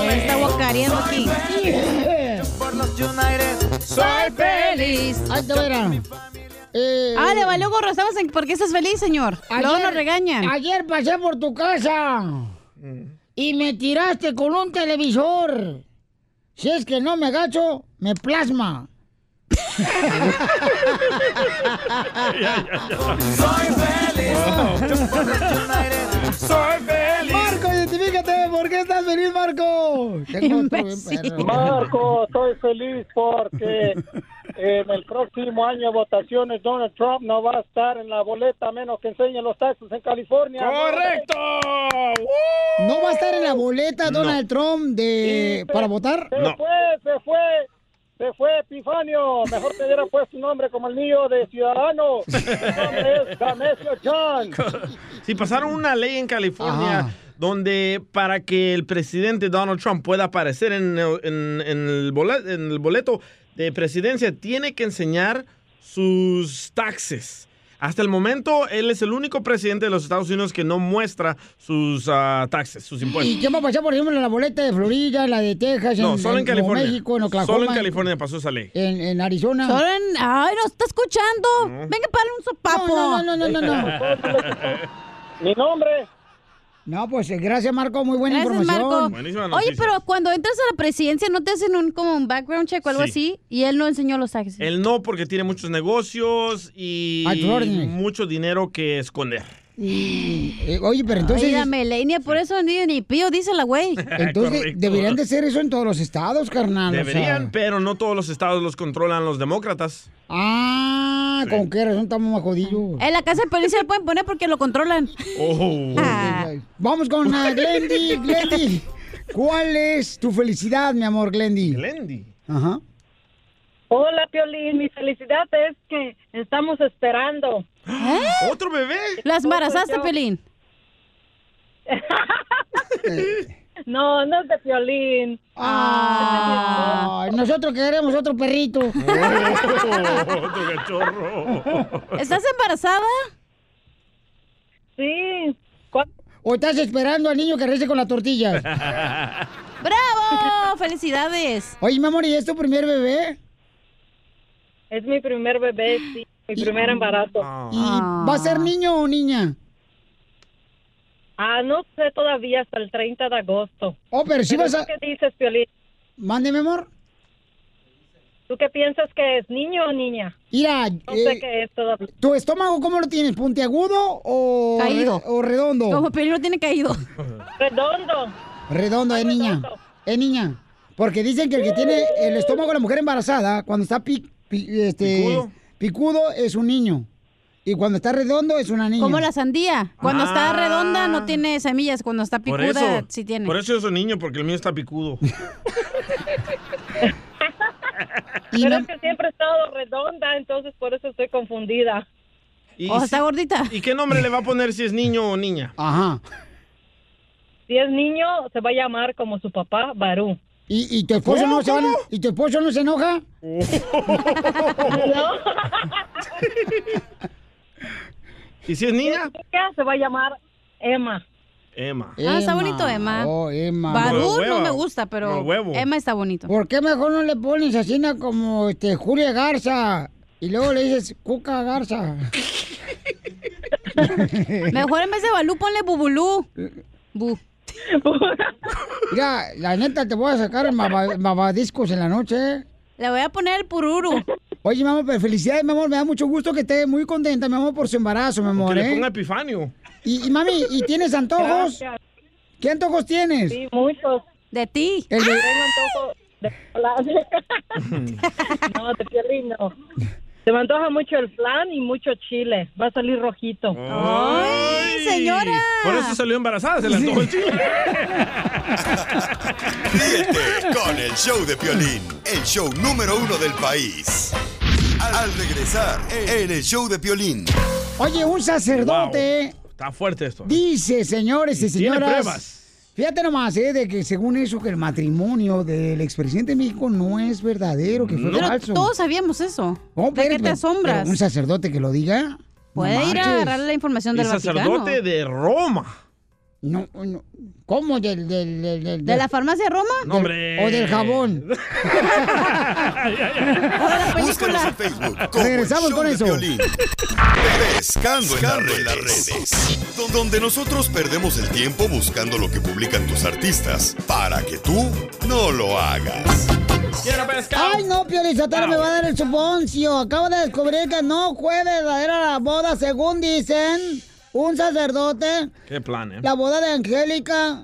Está guacareando aquí. Soy feliz. Ahí te verá. eh, Ah, le valió gorro. Estamos en ¿Por qué estás feliz, señor? Luego nos regañan. Ayer pasé por tu casa y me tiraste con un televisor. Si es que no me gacho, me plasma. Soy feliz. Soy feliz. Marco, identifícate. ¿Por qué estás feliz, Marco? Marco, estoy feliz porque en el próximo año de votaciones Donald Trump no va a estar en la boleta a menos que enseñe los taxis en California. ¡Correcto! ¿No va a estar en la boleta Donald Trump de Eh, para votar? Se fue, se fue. Se fue Epifanio, mejor te hubiera puesto un nombre como el mío de ciudadano. Mi nombre es Damesio John. Si pasaron una ley en California Ajá. donde para que el presidente Donald Trump pueda aparecer en, el- en- en el bolet- en el boleto de presidencia, tiene que enseñar sus taxes. Hasta el momento, él es el único presidente de los Estados Unidos que no muestra sus ah, taxes, sus impuestos. ¿Y qué va a pasar, por ejemplo, en la boleta de Florida, en la de Texas, No, en, solo en en Nuevo California. México, en Oklahoma, solo en California pasó esa ley. en- en Arizona? Solo en- Ay, no está escuchando. Venga, para un sopapo. No, no, no, no, no, no. Eh, Mi nombre. No, pues eh, gracias, Marco. Muy buena Gracias, información. Marco. Oye, pero cuando entras a la presidencia, ¿no te hacen un como un background check o algo Sí. así? Y él no enseñó los taxis. Él no, porque tiene muchos negocios y Ay, pues, Jordi. mucho dinero que esconder. Eh, oye, pero entonces. Ay, la Melania, por eso ni, ni pío, dice la güey. Entonces Correcto. deberían de ser eso en todos los estados, Ah, carnal. o sea. Deberían, pero no todos los estados los controlan los demócratas. Ah, ¿con qué razón estamos más jodidos? En la casa de policía lo pueden poner porque lo controlan. Oh. Vamos con ah, Glendy. Glendy, ¿cuál es tu felicidad, mi amor, Glendy? Glendy. Ajá. Hola, Piolín. Mi felicidad es que estamos esperando. pues ¿Otro bebé? ¿Las embarazaste, Pelín? No, no es de Piolín. Ah. Ay, nosotros queremos otro perrito. otro cachorro. ¿Estás embarazada? Sí. ¿O estás esperando al niño que rece con las tortillas? ¡Bravo! ¡Felicidades! Oye, mi amor, ¿y es tu primer bebé? Es mi primer bebé, sí. Mi primer embarazo. ¿Y Ah. Ah. va a ser niño o niña? Ah, no sé todavía hasta el 30 de agosto. Oh, pero sí vas a- ¿Qué dices, Piolín? Mándeme, amor. ¿Tú qué piensas que es, niño o niña? Mira, No sé eh, qué es todavía. ¿tu estómago cómo lo tienes? ¿Puntiagudo o, Caído. re- o redondo? Como Pelín lo tiene caído. Redondo. Redondo, es niña. Es niña. Porque dicen que el que tiene el estómago de la mujer embarazada, cuando está pi- pi- este, Picudo. picudo. es un niño. Y cuando está redondo, es una niña. Como la sandía. Cuando está Ah. redonda no tiene semillas, cuando está Por picuda eso, sí tiene. Por eso es un niño, porque el mío está picudo. Pero es que siempre he estado redonda, entonces por eso estoy confundida. Y Oh, si- está gordita. ¿Y qué nombre le va a poner si es niño o niña? Ajá. Si es niño, se va a llamar como su papá, Barú. ¿Y, y tu esposo ¿Cómo, no se va- cómo? ¿Y tu esposo no se enoja? ¿Y si es niña? se va a llamar Emma. Emma. Ah, está bonito, Emma. Oh, Emma. Barú no me gusta, pero Como huevo. Emma está bonito. ¿Por qué mejor no le pones asesina como este, Julia Garza? Y luego le dices Cuca Garza. Mejor en vez de Balú ponle Bubulú. Bu. Mira, la neta te voy a sacar el maba- mabadiscos en la noche. ¿eh? Le voy a poner el pururu. Oye, mi amor, pero felicidades, mi amor. Me da mucho gusto que esté muy contenta, mi amor, por su embarazo, mi Que amor. le ¿eh? ponga Epifanio. Y, y, mami, ¿y tienes antojos? Gracias. ¿Qué antojos tienes? Sí, muchos. De ti. Ah. El de- Tengo antojo de flan. no, de Piolín no. Se me antoja mucho el flan y mucho chile. Va a salir rojito. ¡Ay, señora! Por eso salió embarazada, se le antojó el chile. Ríete con el show de Piolín, el show número uno del país. Al regresar en el show de Piolín. Oye, un sacerdote Está fuerte esto. dice, señores y, tiene señoras. pruebas. Fíjate nomás, ¿eh? De que según eso, que el matrimonio del expresidente de México no es verdadero, que fue Pero falso. todos sabíamos eso. Oh, ¿De qué espérate, te asombras? pero Un sacerdote que lo diga. no Puede ir marches. a agarrar la información Y del sacerdote Vaticano. de Roma. No, no. ¿Cómo? ¿Del, del, del, del- ¿De la farmacia Roma? del- ¿O del jabón? Búscanos en Facebook como Regresamos el Show con de eso. Piolín. Pescando en las redes. Donde nosotros perdemos el tiempo buscando lo que publican tus artistas para que tú no lo hagas. Quiero Ay, no, Piolizotero me va a dar el suponcio. Acabo de descubrir que no fue verdadera la boda, según dicen un sacerdote. Qué plan, ¿eh? La boda de Angélica,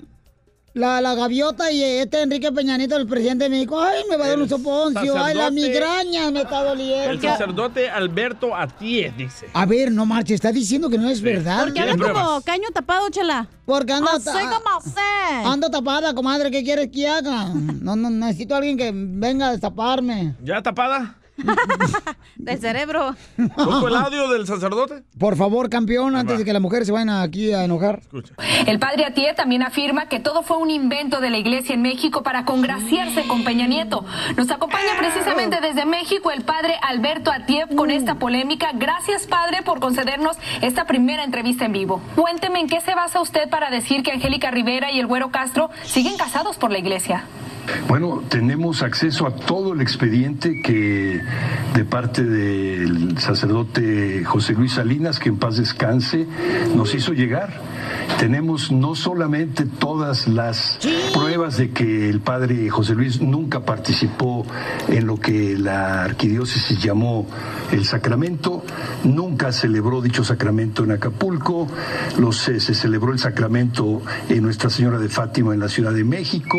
la, la gaviota y este Enrique Peñanito, el presidente de México. Ay, me va a dar un soponcio. Ay, la sacerdote- migraña me está doliendo. El sacerdote Alberto Atíes dice. A ver, no marches, está diciendo que no es verdad. Porque habla Tiene como pruebas. caño tapado, chela. Ah, Porque ando, Ah, soy como ando tapada, comadre, ¿qué quieres que haga? No, no, necesito a alguien que venga a destaparme. ¿Ya tapada? Del cerebro. ¿Busco el audio del sacerdote? Por favor, campeón, antes de que las mujeres se vayan aquí a enojar. El padre Atié también afirma que todo fue un invento de la iglesia en México para congraciarse con Peña Nieto. Nos acompaña precisamente desde México el padre Alberto Atié con esta polémica. Gracias, padre, por concedernos esta primera entrevista en vivo. Cuénteme en qué se basa usted para decir que Angélica Rivera y el Güero Castro siguen casados por la iglesia. Bueno, tenemos acceso a todo el expediente que de parte del sacerdote José Luis Salinas, que en paz descanse, nos hizo llegar. Tenemos no solamente todas las pruebas de que el padre José Luis nunca participó en lo que la arquidiócesis llamó el sacramento, nunca celebró dicho sacramento en Acapulco, los, eh, se celebró el sacramento en Nuestra Señora de Fátima en la Ciudad de México,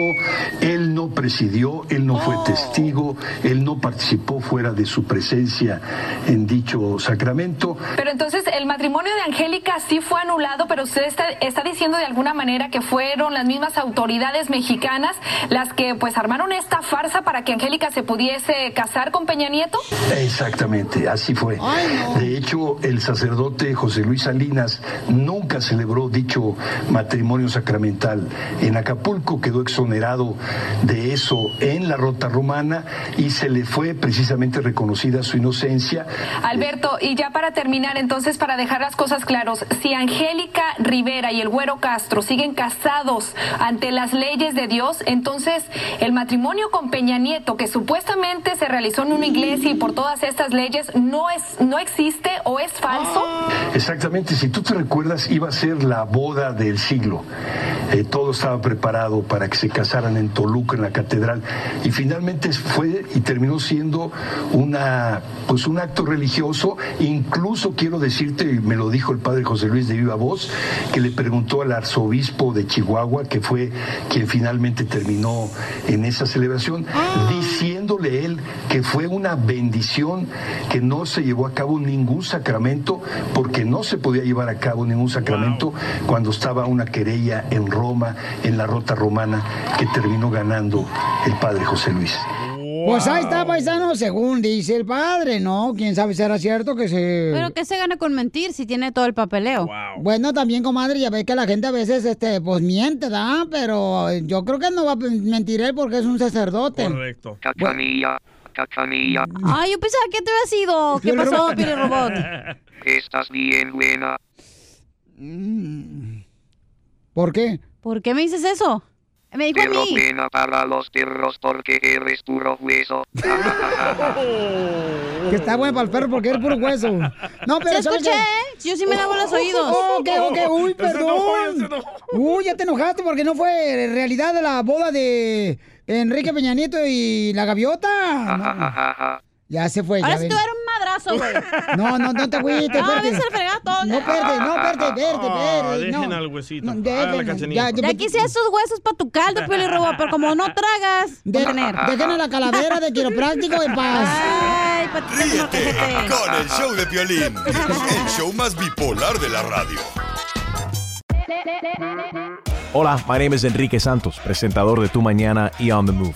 él no presidió, él no fue testigo, él no participó fuera de su presencia en dicho sacramento. Pero entonces el matrimonio de Angélica sí fue anulado, pero usted está, está diciendo de alguna manera que fueron las mismas autoridades mexicanas las que pues armaron esta farsa para que Angélica se pudiese casar con Peña Nieto. Exactamente, así fue. De hecho, el sacerdote José Luis Salinas nunca celebró dicho matrimonio sacramental. En Acapulco quedó exonerado de eso en la Rota Romana y se le fue precisamente reconocida su inocencia Alberto, y ya para terminar entonces, para dejar las cosas claras, si Angélica Rivera y el Güero Castro siguen casados ante las leyes de Dios, entonces el matrimonio con Peña Nieto, que supuestamente se realizó en una iglesia y por todas estas leyes, no, es, no existe o es falso. Exactamente, si tú te recuerdas, iba a ser la boda del siglo. Eh, todo estaba preparado para que se casaran en Toluca, en la catedral, y finalmente fue y terminó siendo una, pues un acto religioso. Incluso quiero decirte, y me lo dijo el padre José Luis de Viva Voz, que le preguntó al arzobispo de Chihuahua, que fue quien finalmente terminó en esa celebración, diciéndole él que fue una bendición que no se llevó a cabo ningún sacramento porque no se podía llevar a cabo ningún sacramento cuando estaba una querella en Roma, en la rota romana, que terminó ganando el padre José Luis. Pues ahí está, paisano, según dice el padre, ¿no? Quién sabe si era cierto que se. Pero ¿qué se gana con mentir si tiene todo el papeleo? Bueno, también, comadre, ya ves que la gente a veces, este, pues miente, ¿da? Pero yo creo que no va a mentir él porque es un sacerdote. Correcto. Cachanilla, cachanilla. Ay, yo pensaba que te había sido. ¿Qué pasó, Pili Robot? Estás bien buena. ¿Por qué? ¿Por qué me dices eso? Me dijo a Pero mí. buena para los perros porque eres puro hueso. Que está bueno para el perro porque es puro hueso. No, pero. Sí ¿sabes escuché, qué? Oh, ¿eh? Yo sí me lavo los oídos. Ok, ok, uy, Ya se enojó, perdón. Uy, ya te enojaste porque no fue realidad la boda de Enrique Peña Nieto y la gaviota. No, ya se fue. Ahora ya sí ven. te voy a dar un madrazo, güey. No, no, no te agüites, No, espérate. ves el fregato. No, espérate, no, espérate, espérate, Ah, espérate. dejen no. al huesito. No, Ah, la dejen, cachanilla. Ya quise esos huesos para tu caldo, Pili Robot, pero como no tragas, De- dejen a la calavera de quiropráctico en paz. Ay, patita de Ríete molcajete. con el show de Piolín, el show más bipolar de la radio. Hola, my name is Enrique Santos, presentador de Tu Mañana y On the Move.